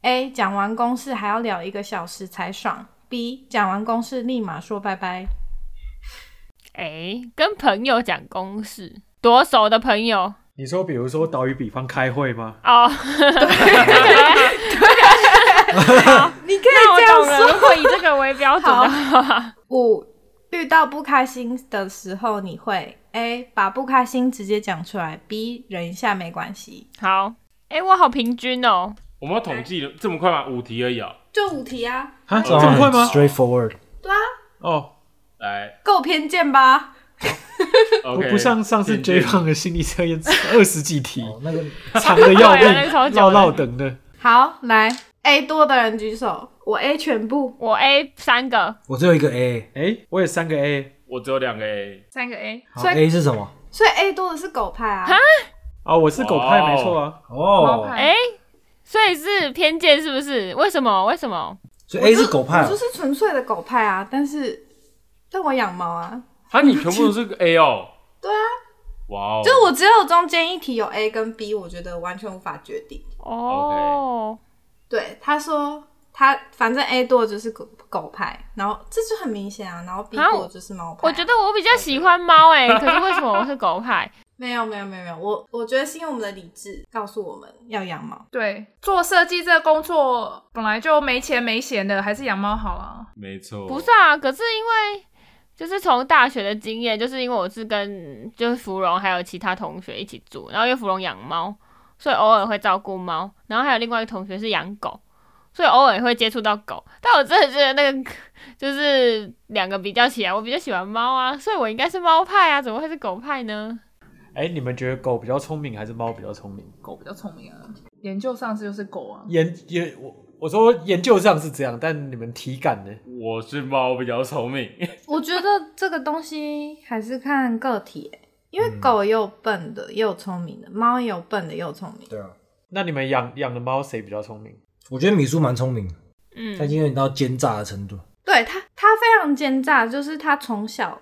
[SPEAKER 4] A 讲完公事还要聊一个小时才爽，B 讲完公事立马说拜拜。
[SPEAKER 2] 哎、跟朋友讲公事，多熟的朋友
[SPEAKER 1] 你说，比如说岛屿比方开会吗？
[SPEAKER 2] 哦，
[SPEAKER 4] 你可以
[SPEAKER 2] 那
[SPEAKER 4] 这样
[SPEAKER 2] 我懂
[SPEAKER 4] 说。
[SPEAKER 2] 了。如果以这个为标准的话，
[SPEAKER 4] 五，遇到不开心的时候，你会 A 把不开心直接讲出来，B 忍一下没关系。
[SPEAKER 2] 好，哎、我好平均哦。
[SPEAKER 3] 我们要统计这么快吗？五题而已啊。
[SPEAKER 4] 就五题啊，
[SPEAKER 1] 啊，
[SPEAKER 5] 这
[SPEAKER 1] 这么快吗？
[SPEAKER 5] ？Straightforward，
[SPEAKER 4] 对啊，
[SPEAKER 1] 哦，
[SPEAKER 3] 来
[SPEAKER 4] 够偏见吧？
[SPEAKER 1] 不
[SPEAKER 3] ，OK，
[SPEAKER 1] 不像上次
[SPEAKER 3] 渐
[SPEAKER 1] J
[SPEAKER 3] 渐
[SPEAKER 1] 胖的心理测验二十几 题，
[SPEAKER 5] 哦，那个
[SPEAKER 1] 长的要
[SPEAKER 2] 对啊那个超
[SPEAKER 1] 命，
[SPEAKER 2] 久的
[SPEAKER 1] 唠唠等的。
[SPEAKER 4] 好，来 A 多的人举手，我 A 全部。
[SPEAKER 2] 我 A 三个，
[SPEAKER 5] 我只有一个 A，
[SPEAKER 1] 哎、我有三个 A
[SPEAKER 3] 我只有两个 A，
[SPEAKER 6] 三个 A，
[SPEAKER 5] 好
[SPEAKER 4] 所以
[SPEAKER 5] A 是什么？
[SPEAKER 4] 所以 A 多的是狗派啊，
[SPEAKER 1] 哦，我是狗派，
[SPEAKER 3] 哇哦
[SPEAKER 1] 没错啊。
[SPEAKER 6] 猫
[SPEAKER 5] 哦，
[SPEAKER 6] 派
[SPEAKER 2] 哎、所以是偏见是不是？为什么？为什么？
[SPEAKER 5] 所以 A
[SPEAKER 4] 我就是
[SPEAKER 5] 狗派
[SPEAKER 4] 我
[SPEAKER 5] 哦
[SPEAKER 4] 就，是纯粹的狗派啊。但是，但我养猫啊，
[SPEAKER 3] 啊，你全部都是个 A 哦，
[SPEAKER 4] 对啊，
[SPEAKER 3] 哇哦，
[SPEAKER 4] 就我只有中间一题有 A 跟 B，我觉得完全无法决定。
[SPEAKER 2] 哦、
[SPEAKER 4] 对，他说他反正 A 多就是狗狗派，然后这就很明显啊，然后 B
[SPEAKER 2] 啊
[SPEAKER 4] 多就是猫派啊、
[SPEAKER 2] 我觉得我比较喜欢猫哎、可是为什么我是狗派？
[SPEAKER 4] 没有没有没有没有，我我觉得是因为我们的理智告诉我们要养猫。
[SPEAKER 6] 对，做设计这个工作本来就没钱没闲的，还是养猫好了。
[SPEAKER 3] 没错，
[SPEAKER 2] 不是啊，可是因为就是从大学的经验，就是因为我是跟就是芙蓉还有其他同学一起住，然后因为芙蓉养猫，所以偶尔会照顾猫，然后还有另外一个同学是养狗，所以偶尔会接触到狗。但我真的觉得那个 就是两个比较起来，我比较喜欢猫啊，所以我应该是猫派啊，怎么会是狗派呢？
[SPEAKER 1] 哎、你们觉得狗比较聪明还是猫比较聪明？
[SPEAKER 6] 狗比较聪明啊，研究上次就是狗啊。
[SPEAKER 1] 研研我我说研究上是这样，但你们体感呢？
[SPEAKER 3] 我是猫比较聪明，
[SPEAKER 4] 我觉得这个东西还是看个体欸、因为狗也有笨的，也有聪明的，猫也有笨的，也有聪明的。
[SPEAKER 5] 对啊，
[SPEAKER 1] 那你们养养的猫谁比较聪明？
[SPEAKER 5] 我觉得米叔蛮聪明的，他已
[SPEAKER 2] 嗯，
[SPEAKER 5] 经有点到奸诈的程度。
[SPEAKER 4] 对它，它非常奸诈，就是它从小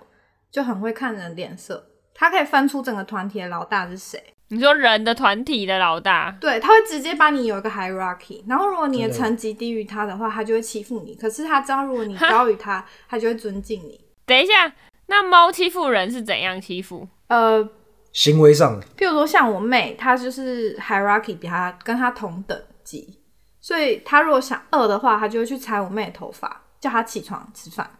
[SPEAKER 4] 就很会看人脸色，它可以分出整个团体的老大是谁。
[SPEAKER 2] 你说人的团体的老大，
[SPEAKER 4] 对，他会直接把你有一个 hierarchy，然后如果你的
[SPEAKER 5] 真的
[SPEAKER 4] 层级低于他的话，他就会欺负你。可是他知道，如果你高于他，他就会尊敬你。
[SPEAKER 2] 等一下，那猫欺负人是怎样欺负？
[SPEAKER 4] 呃，
[SPEAKER 5] 行为上的，
[SPEAKER 4] 譬如说像我妹，她就是 hierarchy 比她跟她同等级，所以她如果想饿的话，她就会去踩我妹的头发，叫她起床吃饭。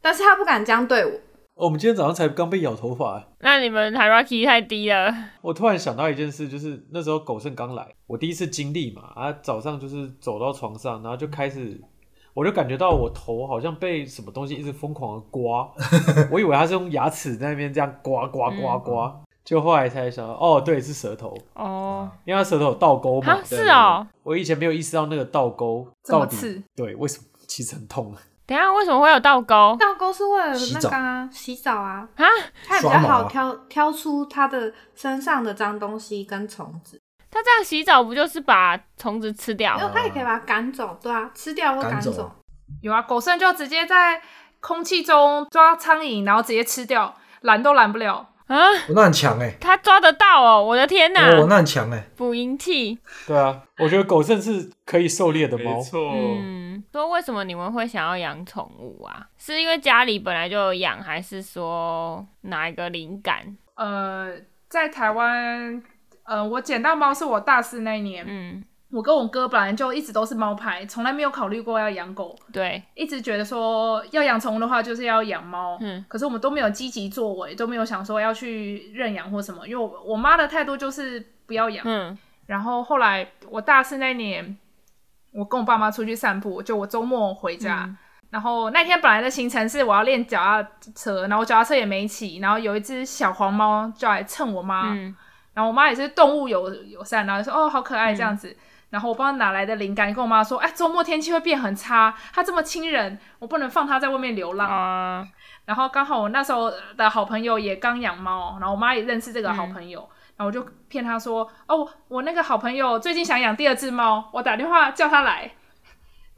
[SPEAKER 4] 但是她不敢这样对我，
[SPEAKER 1] 哦，我们今天早上才刚被咬头发、欸
[SPEAKER 2] 那你们 hierarchy 太低了。
[SPEAKER 1] 我突然想到一件事，就是那时候狗剩刚来，我第一次经历嘛，啊，早上就是走到床上，然后就开始，我就感觉到我头好像被什么东西一直疯狂的 刮，我以为它是用牙齿在那边这样刮刮刮刮，就后来才想到，哦，对，是舌头，
[SPEAKER 2] 哦，
[SPEAKER 1] 因为它舌头有倒钩嘛
[SPEAKER 2] 哈，，是哦。
[SPEAKER 1] 我以前没有意识到那个倒钩
[SPEAKER 6] 这么
[SPEAKER 1] 到底
[SPEAKER 6] 刺
[SPEAKER 1] 对为什么 其实很痛，
[SPEAKER 2] 等一下为什么会有倒钩
[SPEAKER 4] 倒钩是为了
[SPEAKER 5] 洗
[SPEAKER 4] 那
[SPEAKER 5] 澡
[SPEAKER 4] 个啊，洗澡啊，
[SPEAKER 2] 啊？
[SPEAKER 4] 她也比
[SPEAKER 5] 刷
[SPEAKER 4] 较
[SPEAKER 5] 毛啊
[SPEAKER 4] 好挑挑出她的身上的脏东西跟虫子，
[SPEAKER 2] 他这样洗澡不就是把虫子吃掉
[SPEAKER 4] 没？有，她也可以把它赶走，对啊，吃掉或
[SPEAKER 5] 赶
[SPEAKER 4] 赶
[SPEAKER 5] 走
[SPEAKER 4] 走。
[SPEAKER 6] 有啊，狗剩就直接在空气中抓苍蝇，然后直接吃掉，拦都拦不了。
[SPEAKER 2] 啊，
[SPEAKER 5] 我那很强哎，
[SPEAKER 2] 他抓得到哦！我的天
[SPEAKER 5] 我
[SPEAKER 2] 哪，
[SPEAKER 5] 那很强哎，
[SPEAKER 2] 捕蝇器。
[SPEAKER 1] 对啊，我觉得狗剩是可以狩猎的
[SPEAKER 3] 没
[SPEAKER 1] 猫，
[SPEAKER 3] 错，
[SPEAKER 2] 嗯，说为什么你们会想要养宠物啊？是因为家里本来就有养，还是说哪一个灵感？
[SPEAKER 6] 呃，在台湾，呃，我捡到猫是我大四那一年，
[SPEAKER 2] 嗯，
[SPEAKER 6] 我跟我哥本来就一直都是猫派，从来没有考虑过要养狗，
[SPEAKER 2] 对，
[SPEAKER 6] 一直觉得说要养宠物的话就是要养猫。
[SPEAKER 2] 嗯
[SPEAKER 6] 可是我们都没有积极作为，都没有想说要去认养或什么，因为我我妈的态度就是不要养。
[SPEAKER 2] 嗯
[SPEAKER 6] 然后后来我大四那年，我跟我爸妈出去散步，就我周末回家。
[SPEAKER 2] 嗯
[SPEAKER 6] 然后那天本来的行程是我要练脚踏车，然后我脚踏车也没骑，然后有一只小黄猫就来蹭我妈，
[SPEAKER 2] 嗯，
[SPEAKER 6] 然后我妈也是动物友友善，然后就说哦好可
[SPEAKER 2] 嗯
[SPEAKER 6] 爱这样子，然后我不知道哪来的灵感，跟我妈说，哎周末天气会变很差，它这么亲人，我不能放它在外面流浪。
[SPEAKER 2] 啊，
[SPEAKER 6] 然后刚好我那时候的好朋友也刚养猫，然后我妈也认识这
[SPEAKER 1] 嗯
[SPEAKER 6] 个好朋友，然后我就骗她说：“哦，我那个好朋友最近想养第二只猫，我打电话叫他来。”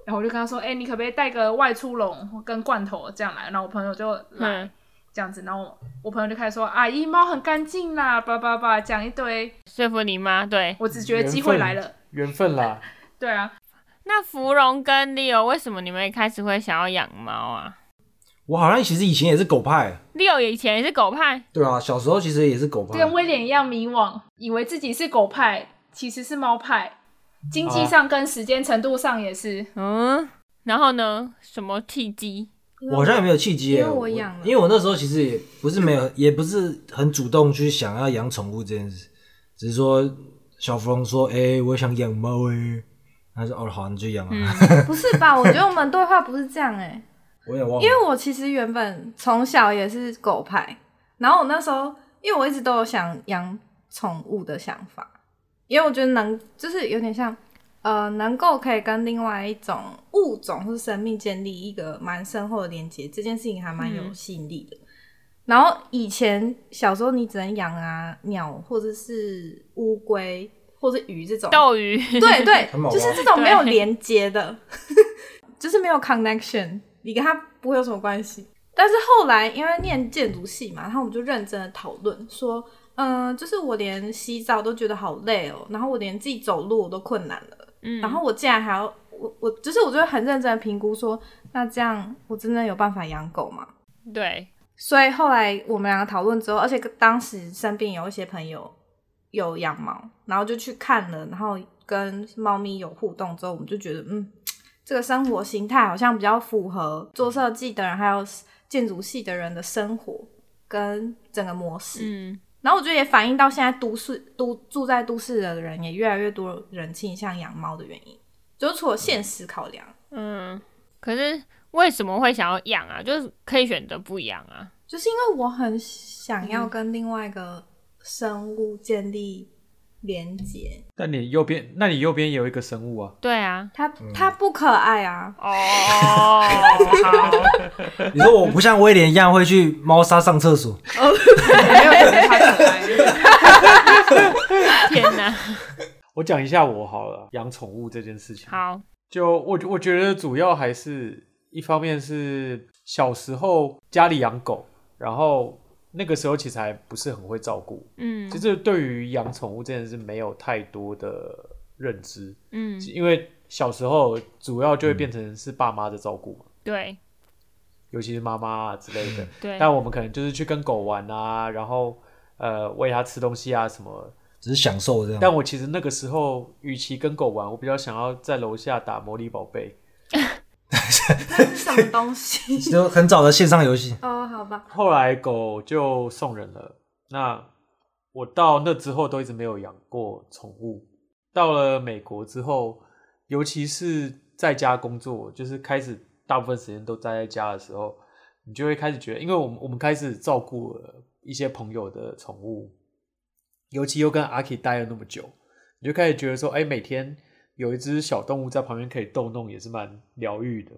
[SPEAKER 6] 然后我就跟他说：“哎、你可不可以带个外出笼跟罐头这样来？”然后我朋友就来、
[SPEAKER 2] 嗯，
[SPEAKER 6] 这样子，然后我朋友就开始说：“阿姨，猫很干净啦，叭叭叭，讲一堆。
[SPEAKER 2] 说服你妈对”。
[SPEAKER 6] 我只觉得机会来了，
[SPEAKER 1] 缘分啦，
[SPEAKER 6] 对啊，
[SPEAKER 2] 那芙蓉跟 Leo 为什么你们一开始会想要养猫啊
[SPEAKER 5] 我好像其实以前也是狗派，
[SPEAKER 2] ？Leo 以前也是狗派，
[SPEAKER 5] 对啊，小时候其实也是狗派，
[SPEAKER 4] 啊
[SPEAKER 6] 跟威廉一样迷惘，以为自己是狗派，其实是猫派，经
[SPEAKER 1] 啊
[SPEAKER 6] 济上跟时间程度上也是。
[SPEAKER 2] 嗯，然后呢？什么契机？
[SPEAKER 4] 因为
[SPEAKER 5] 我好像也没有契机耶、
[SPEAKER 4] 因为我养了
[SPEAKER 5] 因为我那时候其实也不是没有，也不是很主动去想要养宠物这件事，只是说小芙蓉说：“哎、我想养
[SPEAKER 4] 嗯
[SPEAKER 5] 猫哎。”他说：“哦，好，你就养啊。
[SPEAKER 4] 不是吧？我觉得我们对话不是这样哎、
[SPEAKER 5] 我有点忘了，
[SPEAKER 4] 因为我其实原本从小也是狗派，然后我那时候因为我一直都有想养宠物的想法，因为我觉得能就是有点像呃，能够可以跟另外一种物种或是生命建立一个蛮深厚的连接，这件事情还蛮有吸引力的。
[SPEAKER 5] 嗯
[SPEAKER 4] 然后以前小时候你只能养啊鸟或者是乌龟或者鱼这种，
[SPEAKER 2] 斗鱼，
[SPEAKER 4] 对对
[SPEAKER 5] 很，好
[SPEAKER 4] 就是
[SPEAKER 5] 玩
[SPEAKER 4] 这种没有
[SPEAKER 2] 对
[SPEAKER 4] 连接的， 就是没有 connection，你跟他不会有什么关系。但是后来因为念建筑系嘛，然后我们就认真的讨论说，嗯、就是我连洗澡都觉得好累哦，然后我连自己走路我都困难了，
[SPEAKER 2] 嗯，
[SPEAKER 4] 然后我竟然还要我我就是我就会很认真的评估说，那这样我真的有办法养狗吗？
[SPEAKER 2] 对，
[SPEAKER 4] 所以后来我们两个讨论之后，而且当时身边有一些朋友有养猫，然后就去看了，然后跟猫咪有互动之后，我们就觉得，嗯，这个生活形态好像比较符合做设计的人还有建筑系的人的生活跟整个模式。
[SPEAKER 2] 嗯，
[SPEAKER 4] 然后我觉得也反映到现在都市都住在都市的人也越来越多人倾向养猫的原因，就除了现实考量，
[SPEAKER 2] 嗯，可是为什么会想要养啊？就是可以选择不养啊。
[SPEAKER 4] 就是因为我很想要跟另外一个生物建立连接，
[SPEAKER 1] 但你右边，那你右边也有一个生物啊，
[SPEAKER 2] 对啊，
[SPEAKER 4] 它它不可爱啊，
[SPEAKER 2] 哦，好，
[SPEAKER 5] 你说我不像威廉一样会去猫砂上厕所，
[SPEAKER 6] 没有觉得他可爱。
[SPEAKER 2] 天哪，
[SPEAKER 1] 我讲一下我好了，养宠物这件事情。
[SPEAKER 2] 好，
[SPEAKER 1] 就我我觉得主要还是一方面是小时候家里养狗，然后那个时候其实还不是很会照顾，
[SPEAKER 2] 嗯
[SPEAKER 1] 其实对于养宠物这件事没有太多的认知，
[SPEAKER 2] 嗯，
[SPEAKER 1] 因为小时候主要就会变成是爸妈的照顾嘛，
[SPEAKER 2] 对
[SPEAKER 1] 尤其是妈妈啊之类的。
[SPEAKER 2] 嗯对，
[SPEAKER 1] 但我们可能就是去跟狗玩啊，然后呃喂它吃东西啊什么。
[SPEAKER 5] 只是享受这样。
[SPEAKER 1] 但我其实那个时候，与其跟狗玩，我比较想要在楼下打魔力宝贝。
[SPEAKER 4] 那是什么东西？
[SPEAKER 5] 就很早的线上游戏，
[SPEAKER 4] 哦，好吧，
[SPEAKER 1] 后来狗就送人了。那我到那之后都一直没有养过宠物。到了美国之后，尤其是在家工作，就是开始大部分时间都待在家的时候，你就会开始觉得，因为我们我们开始照顾了一些朋友的宠物，尤其又跟阿 K 待了那么久，你就开始觉得说，哎，每天有一只小动物在旁边可以逗弄，也是蛮疗愈的。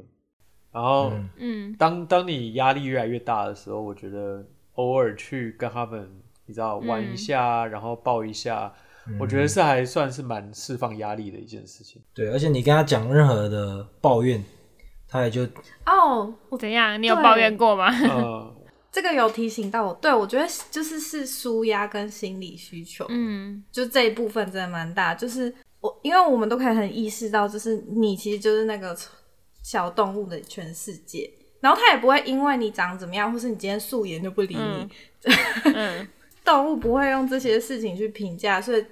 [SPEAKER 1] 然后。
[SPEAKER 5] 嗯
[SPEAKER 2] 嗯
[SPEAKER 1] 当当你压力越来越大的时候，我觉得偶尔去跟他们，你知道玩一下，
[SPEAKER 4] 嗯
[SPEAKER 1] 然后抱一下，我觉得是还算是蛮释放压力的一件事情。
[SPEAKER 5] 对，而且你跟他讲任何的抱怨，他也就
[SPEAKER 4] 哦，我
[SPEAKER 2] 怎样？你有
[SPEAKER 4] 对
[SPEAKER 2] 抱怨过吗？
[SPEAKER 1] 呃，
[SPEAKER 4] 这个有提醒到我，对我觉得就是是舒压跟心理需求，
[SPEAKER 2] 嗯
[SPEAKER 4] 就这一部分真的蛮大，就是我因为我们都可以很意识到，就是你其实就是那个小动物的全世界。然后它也不会因为你长怎么样，或是你今天素颜就不理你，
[SPEAKER 2] 嗯嗯，
[SPEAKER 4] 动物不会用这些事情去评价，所以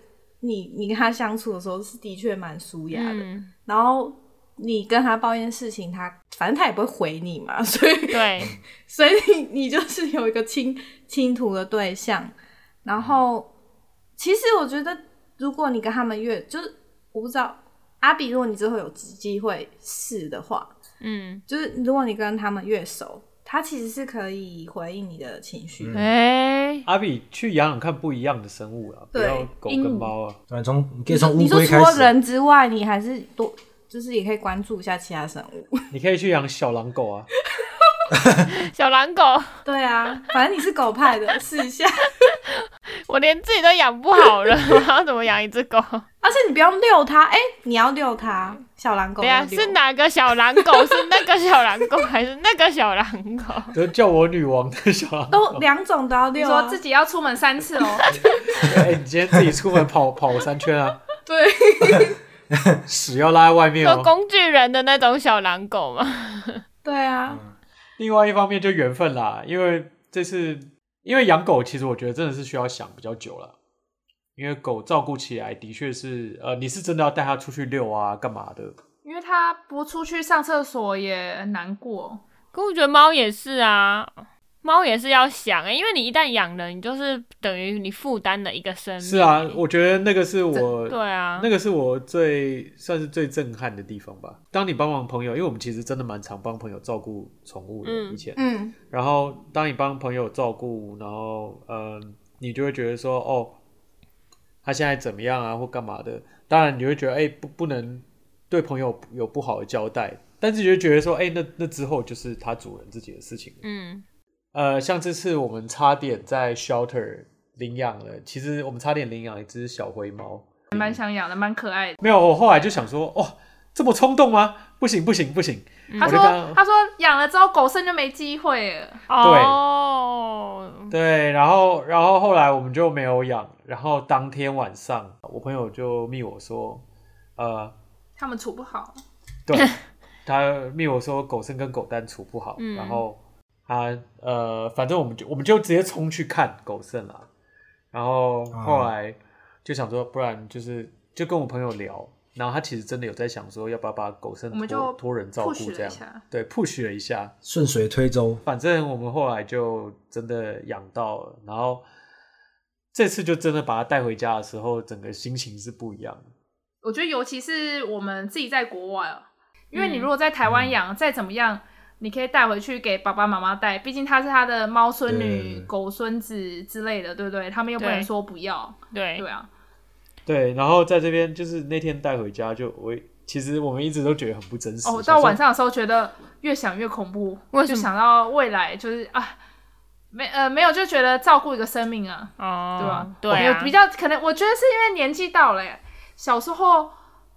[SPEAKER 4] 你你跟它相处的时候是的确蛮舒压的。
[SPEAKER 2] 嗯
[SPEAKER 4] 然后你跟它抱怨事情，它反正它也不会回你嘛，所以
[SPEAKER 2] 对，
[SPEAKER 4] 所以你 你就是有一个倾倾吐的对象。然后其实我觉得，如果你跟他们越就是我不知道阿比，如果你之后有机会试的话，
[SPEAKER 2] 嗯，
[SPEAKER 4] 就是如果你跟他们越熟，他其实是可以回应你的情绪
[SPEAKER 5] 嗯
[SPEAKER 4] 的。
[SPEAKER 2] 哎，
[SPEAKER 1] 阿比去养养看不一样的生物啊，不
[SPEAKER 4] 对
[SPEAKER 1] 要狗跟猫啊。
[SPEAKER 5] 对哎从你可以从乌
[SPEAKER 4] 你说
[SPEAKER 5] 龟
[SPEAKER 4] 除
[SPEAKER 5] 开
[SPEAKER 4] 了
[SPEAKER 5] 始，
[SPEAKER 4] 人之外，你还是多就是也可以关注一下其他生物。
[SPEAKER 1] 你可以去养小狼狗啊，
[SPEAKER 2] 小狼狗，
[SPEAKER 4] 对啊，反正你是狗派的，试一下。
[SPEAKER 2] 我连自己都养不好了，我要怎么养一只狗？
[SPEAKER 4] 而且你不用遛它，哎、你要遛它，小狼狗
[SPEAKER 2] 对
[SPEAKER 4] 要
[SPEAKER 6] 啊
[SPEAKER 2] 呀，
[SPEAKER 4] 遛。
[SPEAKER 2] 是哪个小狼狗？是那个小狼狗还是那个小狼 狗？
[SPEAKER 1] 就叫我女王的小狼狗。
[SPEAKER 4] 都两种都要
[SPEAKER 6] 你
[SPEAKER 4] 遛、啊。
[SPEAKER 6] 说自己要出门三次哦，
[SPEAKER 1] 哎、你今天自己出门跑跑三圈啊，
[SPEAKER 4] 对，
[SPEAKER 1] 屎要拉在外面
[SPEAKER 2] 做
[SPEAKER 1] 哦。
[SPEAKER 2] 工具人的那种小狼狗吗？
[SPEAKER 4] 对啊，
[SPEAKER 1] 另外一方面就缘分啦，因为这次因为养狗，其实我觉得真的是需要想比较久了，因为狗照顾起来的确是，呃，你是真的要带它出去遛啊，干嘛的？
[SPEAKER 6] 因为他不出去上厕所也难过。
[SPEAKER 2] 可我觉得猫也是啊，猫也是要想、欸，因为你一旦养了，你就是等于你负担了一个生命、
[SPEAKER 1] 是啊
[SPEAKER 2] 欸，
[SPEAKER 1] 我觉得那个是我
[SPEAKER 2] 对啊，
[SPEAKER 1] 那个是我最算是最震撼的地方吧。当你帮忙朋友，因为我们其实真的蛮常帮朋友照顾宠物的，
[SPEAKER 2] 嗯
[SPEAKER 1] 以前。
[SPEAKER 4] 嗯，
[SPEAKER 1] 然后当你帮朋友照顾，然后嗯、你就会觉得说，哦，他现在怎么样啊，或干嘛的？当然，你会觉得，哎、不不能对朋友有不好的交代，但是你就会觉得说，哎、那那之后就是他主人自己的事情了。
[SPEAKER 2] 嗯
[SPEAKER 1] 呃，像这次我们差点在 shelter 领养了，其实我们差点领养一只小灰猫，
[SPEAKER 6] 蛮想养的，蛮可爱的。
[SPEAKER 1] 没有，我后来就想说，哦，这么冲动吗？不行不行不行，
[SPEAKER 2] 嗯
[SPEAKER 6] 他
[SPEAKER 1] 我就
[SPEAKER 6] 说
[SPEAKER 1] 刚
[SPEAKER 6] 他说养了之后狗剩就没机会了，
[SPEAKER 2] 哦，
[SPEAKER 1] 对，然后然后后来我们就没有养，然后当天晚上我朋友就密我说，呃，
[SPEAKER 6] 他们处不好。
[SPEAKER 1] 对，他密我说狗生跟狗蛋处不好，
[SPEAKER 2] 嗯
[SPEAKER 1] 然后他呃，反正我们就我们就直接冲去看狗剩了，然后后来就想说，不然就是就跟我朋友聊，然后他其实真的有在想说，要不要把狗剩
[SPEAKER 6] 我们
[SPEAKER 1] 托
[SPEAKER 6] 就
[SPEAKER 1] 托人照
[SPEAKER 6] push
[SPEAKER 1] 顾
[SPEAKER 6] 了
[SPEAKER 1] 这样
[SPEAKER 6] 一下，
[SPEAKER 1] 对，push 了一下，
[SPEAKER 5] 顺水推舟，
[SPEAKER 1] 反正我们后来就真的养到了，然后这次就真的把它带回家的时候，整个心情是不一样的。
[SPEAKER 6] 我觉得尤其是我们自己在国外哦，因为你
[SPEAKER 2] 嗯
[SPEAKER 6] 如果在台湾养，再怎么样，你可以带回去给爸爸妈妈带，毕竟他是他的猫孙女
[SPEAKER 5] 对、
[SPEAKER 6] 狗孙子之类的，对不对？他们又不
[SPEAKER 2] 对
[SPEAKER 6] 能说不要，
[SPEAKER 2] 对
[SPEAKER 6] 对，啊。
[SPEAKER 1] 对，然后在这边就是那天带回家就我其实我们一直都觉得很不真实。
[SPEAKER 6] 哦，
[SPEAKER 1] 想
[SPEAKER 6] 到
[SPEAKER 1] 说
[SPEAKER 6] 晚上的时候觉得越想越恐怖，
[SPEAKER 2] 为什
[SPEAKER 6] 就
[SPEAKER 2] 么
[SPEAKER 6] 想到未来就是啊，没呃没有，就觉得照顾一个生命啊，对吧、
[SPEAKER 2] 哦，
[SPEAKER 6] 我没
[SPEAKER 2] 对
[SPEAKER 6] 有
[SPEAKER 2] 啊，
[SPEAKER 6] 比较可能，我觉得是因为年纪到了耶。小时候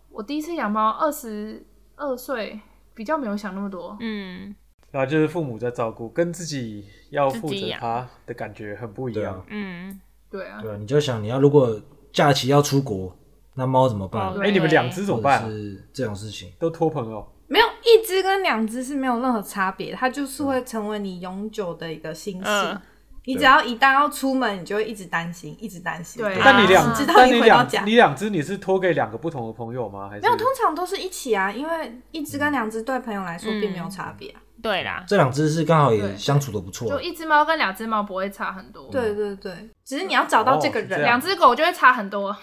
[SPEAKER 6] 我第一次养猫，二十二岁，比较没有想那么多。
[SPEAKER 2] 嗯
[SPEAKER 1] 然后就是父母在照顾，跟自己要负
[SPEAKER 2] 自己
[SPEAKER 1] 责
[SPEAKER 2] 养
[SPEAKER 1] 它的感觉很不一
[SPEAKER 5] 对
[SPEAKER 1] 样
[SPEAKER 5] 啊。，
[SPEAKER 2] 嗯，
[SPEAKER 6] 对啊，
[SPEAKER 5] 对啊，你就想你要如果假期要出国，那猫怎么办
[SPEAKER 2] 哦？
[SPEAKER 1] 哎、你们
[SPEAKER 2] 对
[SPEAKER 1] 两只怎么
[SPEAKER 5] 或者
[SPEAKER 1] 办？
[SPEAKER 5] 是这种事情，
[SPEAKER 1] 都托朋友。
[SPEAKER 4] 没有一只跟两只是没有任何差别，它就是会成为你永久的一个心
[SPEAKER 2] 嗯
[SPEAKER 4] 事。你只要一旦要出门，你就会一直担心，一直担心。
[SPEAKER 6] 对
[SPEAKER 1] 但你两，
[SPEAKER 2] 啊
[SPEAKER 4] 直到
[SPEAKER 1] 但
[SPEAKER 4] 你
[SPEAKER 1] 你
[SPEAKER 4] 回到
[SPEAKER 1] 两
[SPEAKER 4] 家，
[SPEAKER 1] 你两只你是托给两个不同的朋友吗？还是
[SPEAKER 4] 没有，通常都是一起啊，因为一只跟两只对朋友来说
[SPEAKER 2] 嗯
[SPEAKER 4] 并没有差别啊。
[SPEAKER 2] 对啦，
[SPEAKER 5] 这两只是刚好
[SPEAKER 6] 对
[SPEAKER 5] 也相处的不错啊
[SPEAKER 6] 就，一只猫跟两只猫不会差很多，
[SPEAKER 4] 对对对，只是你要找到这个
[SPEAKER 1] 哦是这
[SPEAKER 4] 人。
[SPEAKER 1] 样
[SPEAKER 6] 两只狗就会差很多。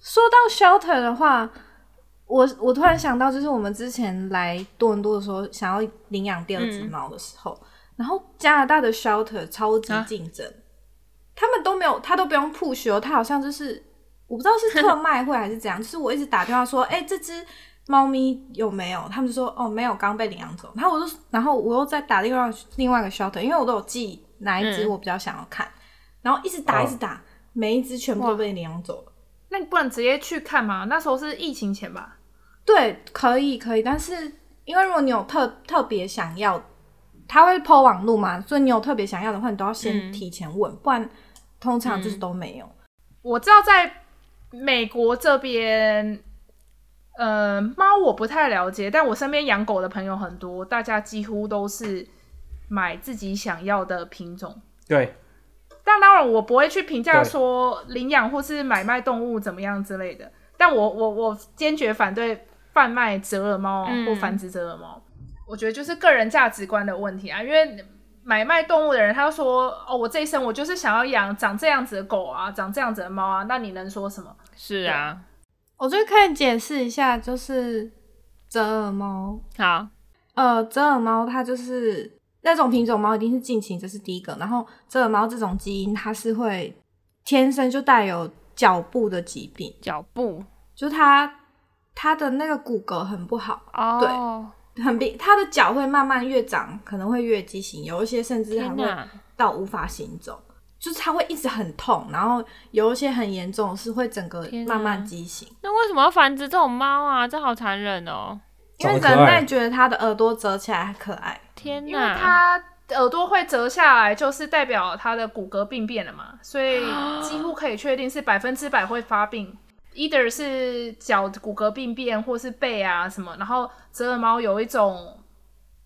[SPEAKER 4] 说到 shelter 的话，我我突然想到，就是我们之前来多伦多的时候，想要领养第二只猫的时候，然后加拿大的 shelter 超级竞争，他们都没有，他都不用 push 哦，他好像就是我不知道是特卖会还是怎样，就是我一直打电话说，哎、这只。猫咪有没有？他们就说哦，没有，刚被领养走。然后我就，然后我又再打另外另外一个 shelter，因为我都有记哪一只
[SPEAKER 2] 嗯
[SPEAKER 4] 我比较想要看，然后一直打，
[SPEAKER 1] 哦
[SPEAKER 4] 一直打，每一只全部都被领养走了。
[SPEAKER 6] 那你不能直接去看吗？那时候是疫情前吧？
[SPEAKER 4] 对，可以可以，但是因为如果你有特特别想要，他会抛网路嘛，所以你有特别想要的话，你都要先
[SPEAKER 2] 嗯
[SPEAKER 4] 提前问，不然通常就是都没有。
[SPEAKER 6] 我知道在美国这边，呃，猫我不太了解，但我身边养狗的朋友很多，大家几乎都是买自己想要的品种。
[SPEAKER 1] 对，
[SPEAKER 6] 但当然，我不会去评价
[SPEAKER 1] 对
[SPEAKER 6] 说领养或是买卖动物怎么样之类的。但我我我坚决反对贩卖折耳猫啊
[SPEAKER 2] 嗯
[SPEAKER 6] 或繁殖折耳猫。我觉得就是个人价值观的问题啊，因为买卖动物的人，他就说哦，我这一生我就是想要养长这样子的狗啊，长这样子的猫啊，那你能说什么？
[SPEAKER 2] 是啊，
[SPEAKER 4] 我觉得可以解释一下，就是折耳猫，
[SPEAKER 2] 好，
[SPEAKER 4] 呃，折耳猫它就是那种品种猫，一定是近亲，这是第一个。然后折耳猫这种基因，它是会天生就带有脚部的疾病，
[SPEAKER 2] 脚步
[SPEAKER 4] 就是它它的那个骨骼很不好。
[SPEAKER 2] 哦，
[SPEAKER 4] 很冰，它的脚会慢慢越长，可能会越畸形，有一些甚至还
[SPEAKER 2] 天
[SPEAKER 4] 会
[SPEAKER 2] 哪，
[SPEAKER 4] 到无法行走，就是它会一直很痛，然后有一些很严重的是会整个
[SPEAKER 2] 天哪
[SPEAKER 4] 慢慢畸形，
[SPEAKER 2] 那为什么要繁殖这种猫啊？这好残忍哦！
[SPEAKER 4] 因为
[SPEAKER 5] 长得可
[SPEAKER 4] 人
[SPEAKER 5] 爱
[SPEAKER 4] 类觉得它的耳朵折起来还可爱，
[SPEAKER 2] 天
[SPEAKER 6] 因为
[SPEAKER 2] 哪，
[SPEAKER 6] 它耳朵会折下来，就是代表它的骨骼病变了嘛，所以几乎可以确定是百分之百会发病。either 是脚骨骼病变，或是背啊什么。然后折耳猫有一种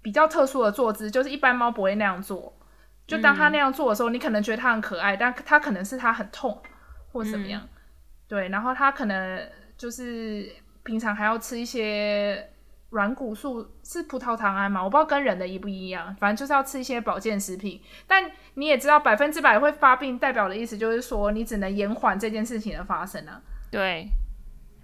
[SPEAKER 6] 比较特殊的坐姿，就是一般猫不会那样做。就当它那样做的时候，你可能觉得它很可爱，但它可能是它很痛或怎么样。对，然后它可能就是平常还要吃一些软骨素是葡萄糖胺嘛，我不知道跟人的一不一样，反正就是要吃一些保健食品。但你也知道，百分之百会发病，代表的意思就是说，你只能延缓这件事情的发生啊。
[SPEAKER 2] 对，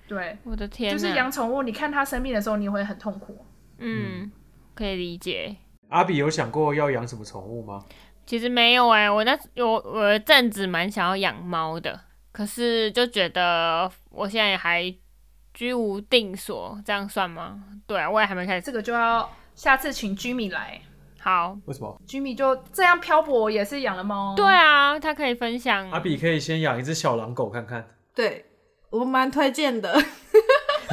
[SPEAKER 6] 对，
[SPEAKER 2] 我的天
[SPEAKER 6] 就
[SPEAKER 2] 呐，
[SPEAKER 6] 是养宠物，你看它生病的时候，你会很痛苦。
[SPEAKER 2] 嗯，可以理解。
[SPEAKER 1] 阿比有想过要养什么宠物吗？
[SPEAKER 2] 其实没有哎、我那我我有阵子蛮想要养猫的，可是就觉得我现在还居无定所，这样算吗？对啊，我也还没开始。
[SPEAKER 6] 这个就要下次请居米来，哦
[SPEAKER 2] 好，
[SPEAKER 1] 为什么？
[SPEAKER 6] 居米就这样漂泊，也是养了猫。
[SPEAKER 2] 对啊，他可以分享。
[SPEAKER 1] 阿比可以先养一只小狼狗看看。
[SPEAKER 4] 对我蛮推荐的。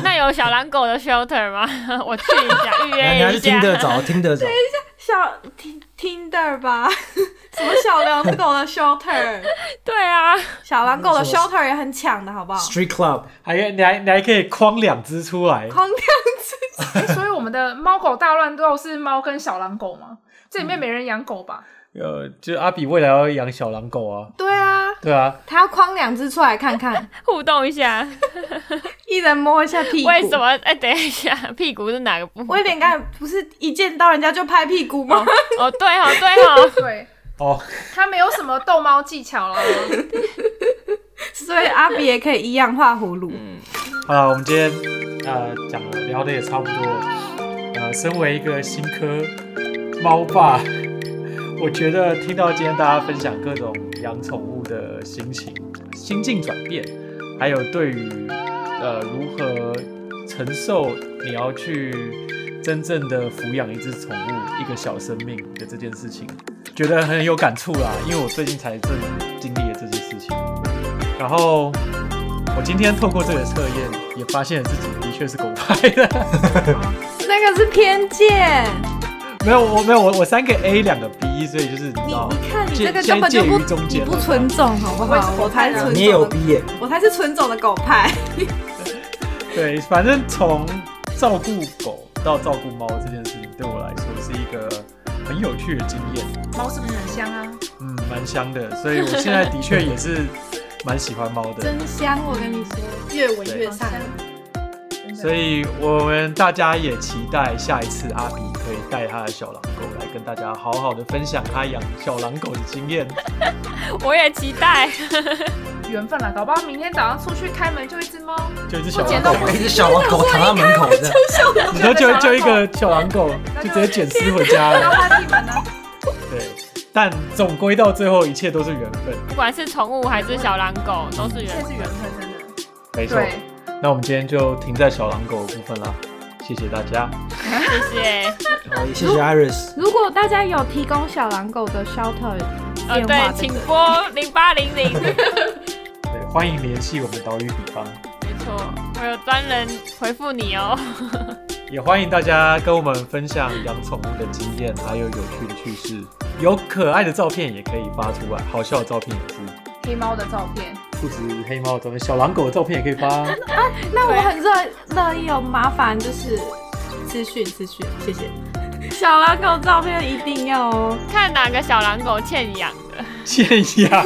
[SPEAKER 2] 那有小狼狗的 shelter 吗？ 我去一 下，预
[SPEAKER 5] 人家
[SPEAKER 2] 约
[SPEAKER 5] 是
[SPEAKER 2] 一
[SPEAKER 5] 听
[SPEAKER 2] 下。
[SPEAKER 5] 得着，听得着。
[SPEAKER 4] 小听听的吧， 什么小狼狗的 shelter，
[SPEAKER 2] 对啊，
[SPEAKER 4] 小狼狗的 shelter 也很抢的好不好？
[SPEAKER 5] Street Club，
[SPEAKER 1] 还可以你还你还可以框两只出来，
[SPEAKER 4] 空调
[SPEAKER 6] 诶所以我们的猫狗大乱斗是猫跟小狼狗吗？这
[SPEAKER 1] 嗯
[SPEAKER 6] 里面没人养狗吧？
[SPEAKER 1] 呃，就阿比未来要养小狼狗啊，
[SPEAKER 4] 对啊，
[SPEAKER 1] 对啊，
[SPEAKER 4] 他要框两只出来看 看，
[SPEAKER 2] 互动一下。
[SPEAKER 4] 一人摸一下屁股。
[SPEAKER 2] 为什？么？哎、等一下，屁股是哪个部
[SPEAKER 4] 威
[SPEAKER 2] 分？
[SPEAKER 4] 廉刚才不是一见到人家就拍屁股吗？
[SPEAKER 2] 哦，对哦，对哦，
[SPEAKER 6] 对，
[SPEAKER 1] 哦，
[SPEAKER 6] 它没有什么逗猫技巧了。
[SPEAKER 4] 所以阿比也可以一样画葫芦。
[SPEAKER 1] 好了，我们今天呃讲了聊的也差不多了，呃，身为一个新科猫爸，我觉得听到今天大家分享各种养宠物的心情、心境转变，还有对于呃如何承受你要去真正的抚养一只宠物、一个小生命的这件事情，觉得很有感触啦，因为我最近才正经历了这件事情，然后。我今天透过这个测验，也发现自己的确是狗派的。
[SPEAKER 4] 那个是偏见，
[SPEAKER 1] 没有，我没有，我我三个 A，两个 B，所以就是你知
[SPEAKER 4] 你
[SPEAKER 1] 道，
[SPEAKER 4] 你看你
[SPEAKER 1] 介
[SPEAKER 4] 这个根本就
[SPEAKER 1] 介
[SPEAKER 4] 不
[SPEAKER 1] 于中
[SPEAKER 4] 你
[SPEAKER 1] 间
[SPEAKER 4] 不纯种好不
[SPEAKER 6] 我也是狗
[SPEAKER 4] 好？
[SPEAKER 6] 派
[SPEAKER 4] 我才是啊纯
[SPEAKER 5] 你也有
[SPEAKER 4] 种的，
[SPEAKER 5] 毕业，
[SPEAKER 4] 我才是纯种的狗派。
[SPEAKER 1] 对，反正从照顾狗到照顾猫这件事情，对我来说是一个很有趣的经验，
[SPEAKER 6] 猫是不是很香啊？
[SPEAKER 1] 嗯，蛮香的，所以我现在的确也是蛮喜欢猫的。
[SPEAKER 4] 真香！我跟你说，越闻越上
[SPEAKER 2] 啊
[SPEAKER 4] 瘾。
[SPEAKER 6] 真的
[SPEAKER 1] 所以我们大家也期待下一次阿比可以带他的小狼狗来跟大家好好的分享他养小狼狗的经验。
[SPEAKER 2] 我也期待。
[SPEAKER 6] 缘分了，搞不好明天早上出去开门就一只猫。
[SPEAKER 1] 就一只小
[SPEAKER 6] 我捡
[SPEAKER 1] 狼
[SPEAKER 6] 到
[SPEAKER 1] 狗，
[SPEAKER 5] 一只小狼狗躺在门口这样，
[SPEAKER 1] 你说就
[SPEAKER 6] 小狼狗
[SPEAKER 1] 就一个小狼狗，就直接捡尸回家
[SPEAKER 6] 然后
[SPEAKER 1] 了。
[SPEAKER 6] 它进 门呢？
[SPEAKER 1] 对，但总归到最后，一切都是缘分。
[SPEAKER 2] 不管是宠物还是小狼狗，都是
[SPEAKER 6] 一
[SPEAKER 2] 人
[SPEAKER 6] 切。是缘分，真的。
[SPEAKER 1] 没错，
[SPEAKER 6] 对，
[SPEAKER 1] 那我们今天就停在小狼狗的部分啦，谢谢大家。
[SPEAKER 2] 谢谢。
[SPEAKER 5] 好谢谢 Iris，
[SPEAKER 4] 如果大家有提供小狼狗的 shelter
[SPEAKER 2] 呃，
[SPEAKER 4] 电话
[SPEAKER 2] 对，
[SPEAKER 4] 的
[SPEAKER 2] 请拨零八零零，没
[SPEAKER 1] 对，欢迎联系我们岛屿比方，
[SPEAKER 2] 错，我有专人回复你哦。
[SPEAKER 1] 也欢迎大家跟我们分享养宠物的经验，还有有趣的趣事。有可爱的照片也可以发出来，好笑的照片也是，
[SPEAKER 6] 黑猫的照片，
[SPEAKER 1] 不止黑猫的照片，小狼狗的照片也可以发。
[SPEAKER 4] 那我很热乐意哦，麻烦就是资讯资讯，谢谢。 小狼狗照片一定要哦，
[SPEAKER 2] 看哪个小狼狗欠养的，
[SPEAKER 1] 欠 养，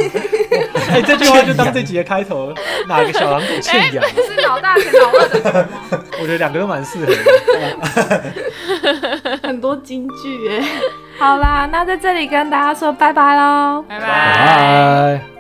[SPEAKER 1] 哎、这句话就当这集的开头了。哪个小狼狗欠养？啊
[SPEAKER 6] 这是老大跟老二的图吗？
[SPEAKER 1] 我觉得两个都蛮适合的。
[SPEAKER 4] 很多金 句耶。好啦，那在这里跟大家说拜拜喽。
[SPEAKER 2] 拜
[SPEAKER 1] 拜。